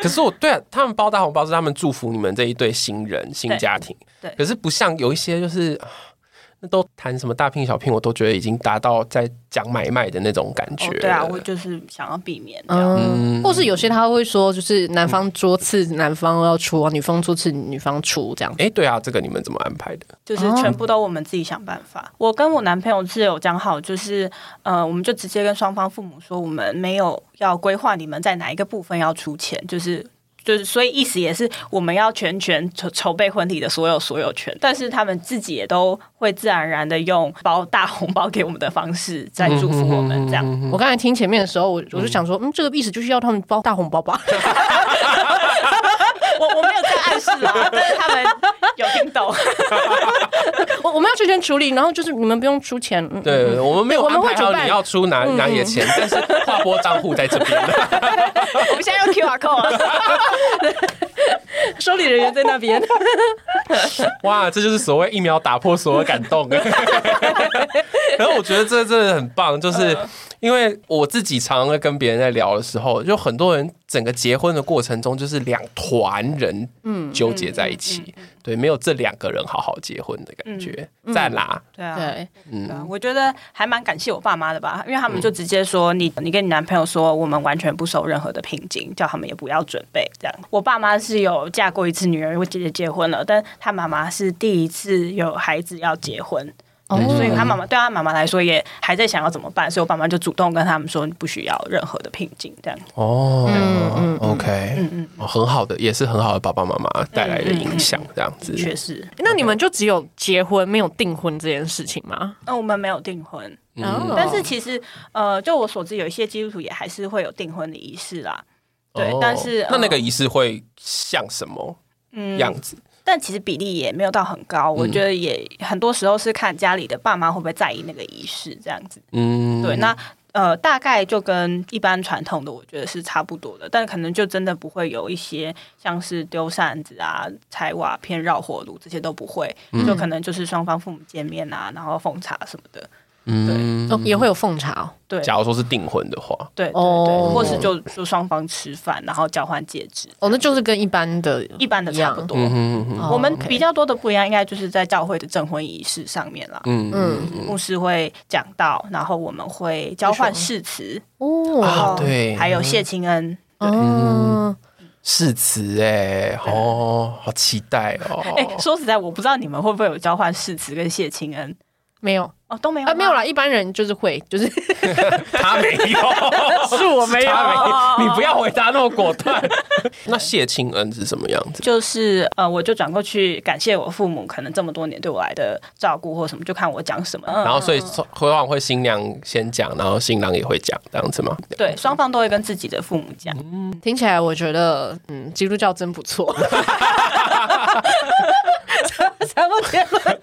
Speaker 1: 可是我对、啊、他们包大红包是他们祝福你们这一对新人新家庭，
Speaker 3: 对对
Speaker 1: 可是不像有一些就是。啊那都谈什么大聘小聘，我都觉得已经达到在讲买卖的那种感觉
Speaker 3: 哦
Speaker 1: 了、
Speaker 3: 对啊，我就是想要避免这样。
Speaker 2: 嗯，或是有些他会说，就是男方桌次男方要出，女方桌次女方出这样。
Speaker 1: 哎、对啊，这个你们怎么安排的？
Speaker 3: 就是全部都我们自己想办法。我跟我男朋友是有讲好，就是呃，我们就直接跟双方父母说，我们没有要规划你们在哪一个部分要出钱，就是。就是，所以意思也是我们要全权筹筹备婚礼的所有所有权，但是他们自己也都会自然而然的用包大红包给我们的方式在祝福我们，这样。
Speaker 1: 嗯
Speaker 2: 我刚才听前面的时候，我我就想说，嗯，这个意思就是要他们包大红包 吧？
Speaker 3: 我我没有在暗示啊，但是他们有听懂。
Speaker 2: 我我们要全权处理，然后就是你们不用出钱。嗯，
Speaker 1: 对我们没有
Speaker 2: 我们
Speaker 1: 安
Speaker 2: 会
Speaker 1: 排
Speaker 2: 主
Speaker 1: 好
Speaker 2: 办嗯
Speaker 1: 你要出哪哪里的钱，但是划拨账户在这边。
Speaker 3: 我们现在用 QR code 啊，
Speaker 2: 收礼人员在那边。
Speaker 1: 哇，这就是所谓一秒打破所有感动。 然后我觉得这真的很棒，就是
Speaker 2: 嗯
Speaker 1: 因为我自己常常会跟别人在聊的时候，就很多人整个结婚的过程中就是两团人
Speaker 2: 嗯
Speaker 1: 纠结在一起，对，没有这两个人好好结婚的
Speaker 2: 嗯
Speaker 1: 感觉，赞啦，
Speaker 3: 对啊，
Speaker 2: 对，
Speaker 3: 对啊，我觉得还蛮感谢我爸妈的吧，因为他们就直接说你，你跟你男朋友说，我们完全不收任何的聘金，叫他们也不要准备这样。我爸妈是有嫁过一次女儿，我姐姐结婚了，但她妈妈是第一次有孩子要结婚，
Speaker 2: 哦嗯
Speaker 3: 所以她妈妈对她妈妈来说也还在想要怎么办，所以我爸妈就主动跟他们说，你不需要任何的聘金这样。
Speaker 1: 哦，嗯，OK，嗯嗯，很好的，也是很好的爸爸妈妈带来
Speaker 2: 嗯
Speaker 1: 的影响，这样子，
Speaker 3: 确实，
Speaker 2: 那你们就只有结婚没有订婚这件事情吗？
Speaker 3: 那我们没有订婚，
Speaker 1: 嗯
Speaker 2: 哦
Speaker 3: 但是其实呃，就我所知，有一些基督徒也还是会有订婚的仪式啦。对
Speaker 1: 哦，
Speaker 3: 但是
Speaker 1: 那那个
Speaker 3: 呃
Speaker 1: 仪式会像什么
Speaker 3: 嗯
Speaker 1: 样子？
Speaker 3: 但其实比例也没有到很高，
Speaker 1: 嗯
Speaker 3: 我觉得也很多时候是看家里的爸妈会不会在意那个仪式这样子。
Speaker 1: 嗯，
Speaker 3: 对，那呃，大概就跟一般传统的我觉得是差不多的，但可能就真的不会有一些像是丢扇子啊、拆瓦片、绕火炉这些都不会，
Speaker 1: 嗯
Speaker 3: 就可能就是双方父母见面啊，然后奉茶什么的。
Speaker 1: 嗯
Speaker 2: 哦，也会有奉茶哦。
Speaker 3: 对，
Speaker 1: 假如说是订婚的话，
Speaker 3: 对对对，
Speaker 2: 哦
Speaker 3: 或是就就双方吃饭，然后交换戒指，
Speaker 2: 哦，那就是跟一般的
Speaker 3: 一般的差不多。
Speaker 1: 嗯嗯
Speaker 2: 哦
Speaker 3: 我们
Speaker 2: OK
Speaker 3: 比较多的不一样，应该就是在教会的证婚仪式上面啦。
Speaker 1: 嗯嗯
Speaker 3: 牧师会讲到，然后我们会交换誓词，
Speaker 1: 啊嗯
Speaker 2: 哦
Speaker 3: 然后
Speaker 1: 对
Speaker 3: 还有谢清恩。
Speaker 2: 哦，
Speaker 1: 誓词哎，哦，好期待哦！
Speaker 2: 嗯
Speaker 3: 哎、说实在，我不知道你们会不会有交换誓词跟谢清恩
Speaker 2: 没有
Speaker 3: 哦，都没有
Speaker 2: 啊，没有
Speaker 3: 了。
Speaker 2: 啦，一般人就是会， 就是
Speaker 1: 他没有，
Speaker 2: 是我没有
Speaker 1: 他没有，你不要回答那么果断。 那谢清恩是什么样子？
Speaker 3: 就是呃，我就转过去感谢我父母，可能这么多年对我来的照顾或什么，就看我讲什么。嗯
Speaker 1: 然后所以回往会新娘先讲，然后新郎也会讲，这样子吗？
Speaker 3: 对，双方都会跟自己的父母讲。
Speaker 1: 嗯
Speaker 2: 听起来我觉得，嗯，基督教真不错。什么结论？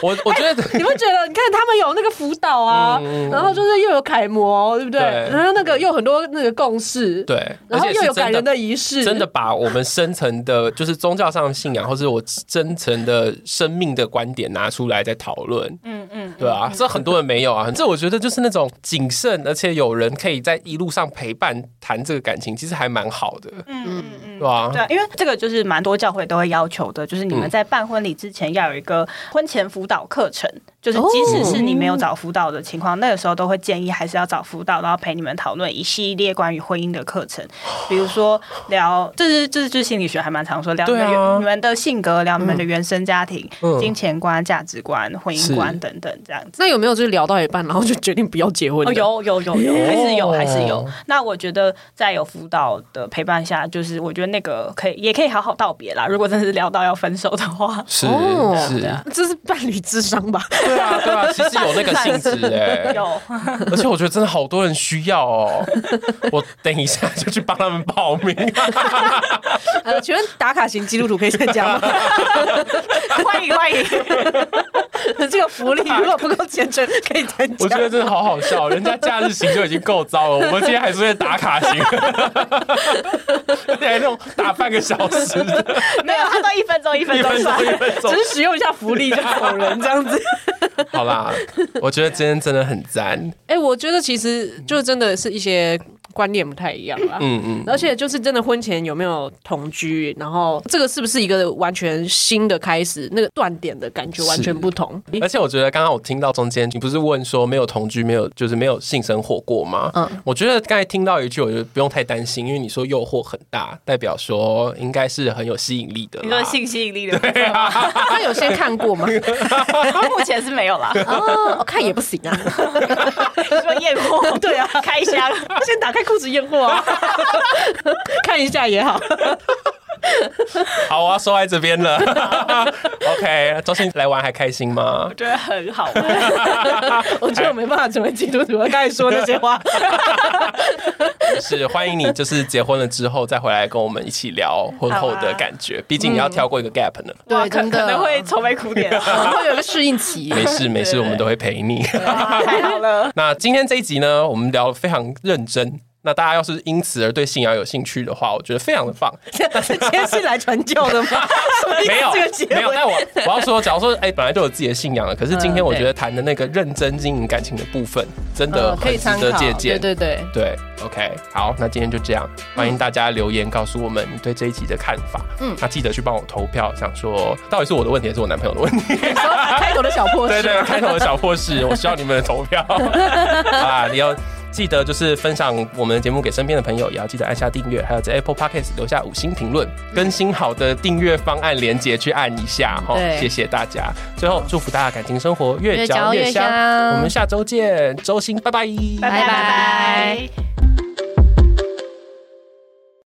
Speaker 1: 我我觉得。
Speaker 2: 你会觉得，你看他们有那个辅导啊，
Speaker 1: 嗯
Speaker 2: 然后就是又有楷模，对不对？
Speaker 1: 对
Speaker 2: 然后那个又有很多那个共识，，
Speaker 1: 对，而
Speaker 2: 然后
Speaker 1: 且
Speaker 2: 又
Speaker 1: 是
Speaker 2: 有
Speaker 1: 真
Speaker 2: 感
Speaker 1: 的
Speaker 2: 人的仪式，
Speaker 1: 真的把我们深层的，就是宗教上的信仰，或是我真诚的生命的观点拿出来再讨论，
Speaker 3: 嗯嗯，
Speaker 1: 对啊，这很多人没有啊。这我觉得就是那种谨慎，而且有人可以在一路上陪伴谈这个感情，其实还蛮好的，
Speaker 3: 嗯嗯嗯
Speaker 1: 对。吧、
Speaker 3: 对啊，因为这个就是蛮多教会都会要求的，就是你们
Speaker 1: 嗯
Speaker 3: 在办婚礼之前要有一个婚前辅导课程，就是即使是你没有找辅导的情况，那个时候都会建议还是要找辅导，然后陪你们讨论一系列关于婚姻的课程，比如说聊，这是这是就是心理学还蛮常说聊你们
Speaker 1: 对
Speaker 3: 的、
Speaker 1: 啊
Speaker 3: 你们的性格，聊你们的原生家庭、
Speaker 1: 嗯
Speaker 3: 金钱观、价值观、婚姻观
Speaker 1: 是
Speaker 3: 等等这样子。
Speaker 2: 那有没有就是聊到一半，然后就决定不要结婚哎
Speaker 3: 哦，
Speaker 2: 了？
Speaker 3: 有有有有，
Speaker 1: 有
Speaker 3: 还是有还是有。那我觉得在有辅导的陪伴下，就是我觉得那个可以也可以好好道别啦。如果真的是聊到要分手的 话，
Speaker 1: 是
Speaker 2: 哦
Speaker 1: 是，
Speaker 2: 这是伴侣智商吧？
Speaker 1: 对啊对啊，其实有那个性 质哎、
Speaker 3: 有
Speaker 1: 而且我觉得真的好多人需要哦。我等一下就去帮他们报名， 啊
Speaker 2: 呃，请问打卡型基督徒可以参加 吗？
Speaker 3: 欢迎欢 迎，
Speaker 2: 这个福利如果不够虔诚，可以参
Speaker 1: 我觉
Speaker 2: 加。
Speaker 1: 得真的好好 笑。人家假日行就已经够糟了，我们今天还是在打卡行， 而且还那种打半个小时的。
Speaker 3: 没有，他都一分钟一分
Speaker 1: 一
Speaker 3: 钟
Speaker 1: 分
Speaker 3: 算
Speaker 1: 钟，。一分钟
Speaker 2: 只。是使用一下福利就走人这样子。
Speaker 1: 好啦，我觉得今天真的很赞。
Speaker 2: 哎、我觉得其实就真的是一些观念不太一样啦。
Speaker 1: 嗯嗯，
Speaker 2: 而且就是真的婚前有没有同居，然后这个是不是一个完全新的开始？那个断点的感觉完全不同。
Speaker 3: 哎
Speaker 1: 而且我觉得刚刚我听到中间，你不是问说没有同居，没有就是没有性生活过吗？
Speaker 2: 嗯
Speaker 1: 嗯，我觉得刚才听到一句，我觉得不用太担心，因为你说诱惑很大，代表说应该是很有吸引力的啦。
Speaker 3: 你说性吸 引力的部分
Speaker 1: 对啊，
Speaker 2: 他有先看过 吗？
Speaker 3: 目前是没有 啦。
Speaker 2: 哦，我看也不行啊，
Speaker 3: 你说验货，对啊，开箱。
Speaker 2: 先打开裤子验货啊， 看一 下也好。
Speaker 1: 好，我要收在这边了。OK，周星来玩还开心吗？
Speaker 3: 我觉得很好玩，
Speaker 2: 我觉得我没办法成为基督徒，我刚才说那些话。
Speaker 1: 是欢迎你，就是结婚了之后再回来跟我们一起聊婚后的感觉，毕竟你要跳过一个 gap 呢。
Speaker 2: 嗯
Speaker 3: 哇可可能 会愁眉苦脸啊。
Speaker 2: 会有个适应期。
Speaker 1: 没事没事，
Speaker 3: 对
Speaker 1: 我们都会陪你。
Speaker 3: 哇太好了，
Speaker 1: 那今天这一集呢，我们聊得非常认真。那大家要是因此而对信仰有兴趣的话，我觉得非常的棒。
Speaker 2: 今天是来传教的吗？什么意思
Speaker 1: 没有
Speaker 2: 这个结
Speaker 1: 没有，
Speaker 2: 尾
Speaker 1: 但我我要说，假如说哎、本来就有自己的信仰了，可是今天
Speaker 2: 嗯
Speaker 1: 我
Speaker 2: 对
Speaker 1: 觉得谈的那个认真经营感情的部分，真的
Speaker 2: 嗯可
Speaker 1: 很
Speaker 2: 以
Speaker 1: 值
Speaker 2: 参
Speaker 1: 得
Speaker 2: 考，
Speaker 1: 借鉴。
Speaker 2: 对对对，
Speaker 1: 对，OK，好，那今天就这样，欢迎大家留言告诉我们你对这一集的看法。嗯，那记得去帮我投票，想说到底是我的问题还是我男朋友的问 题？
Speaker 2: 开头的小破
Speaker 1: 对
Speaker 2: 事。
Speaker 1: 对，开头的小破事， 我需要你们的投票啊！你要记得就是分享我们的节目给身边的朋友，也要记得按下订阅，还有在 Apple Podcast 留下五星评论，更新好的订阅方案连接去按一下哈
Speaker 2: 对，
Speaker 1: 谢谢大家。最后祝福大家感情生活越
Speaker 4: 越嚼
Speaker 1: 嚼
Speaker 4: 越
Speaker 1: 越香，
Speaker 4: 香
Speaker 1: 我们下周见，周星，拜拜，拜
Speaker 4: 拜拜。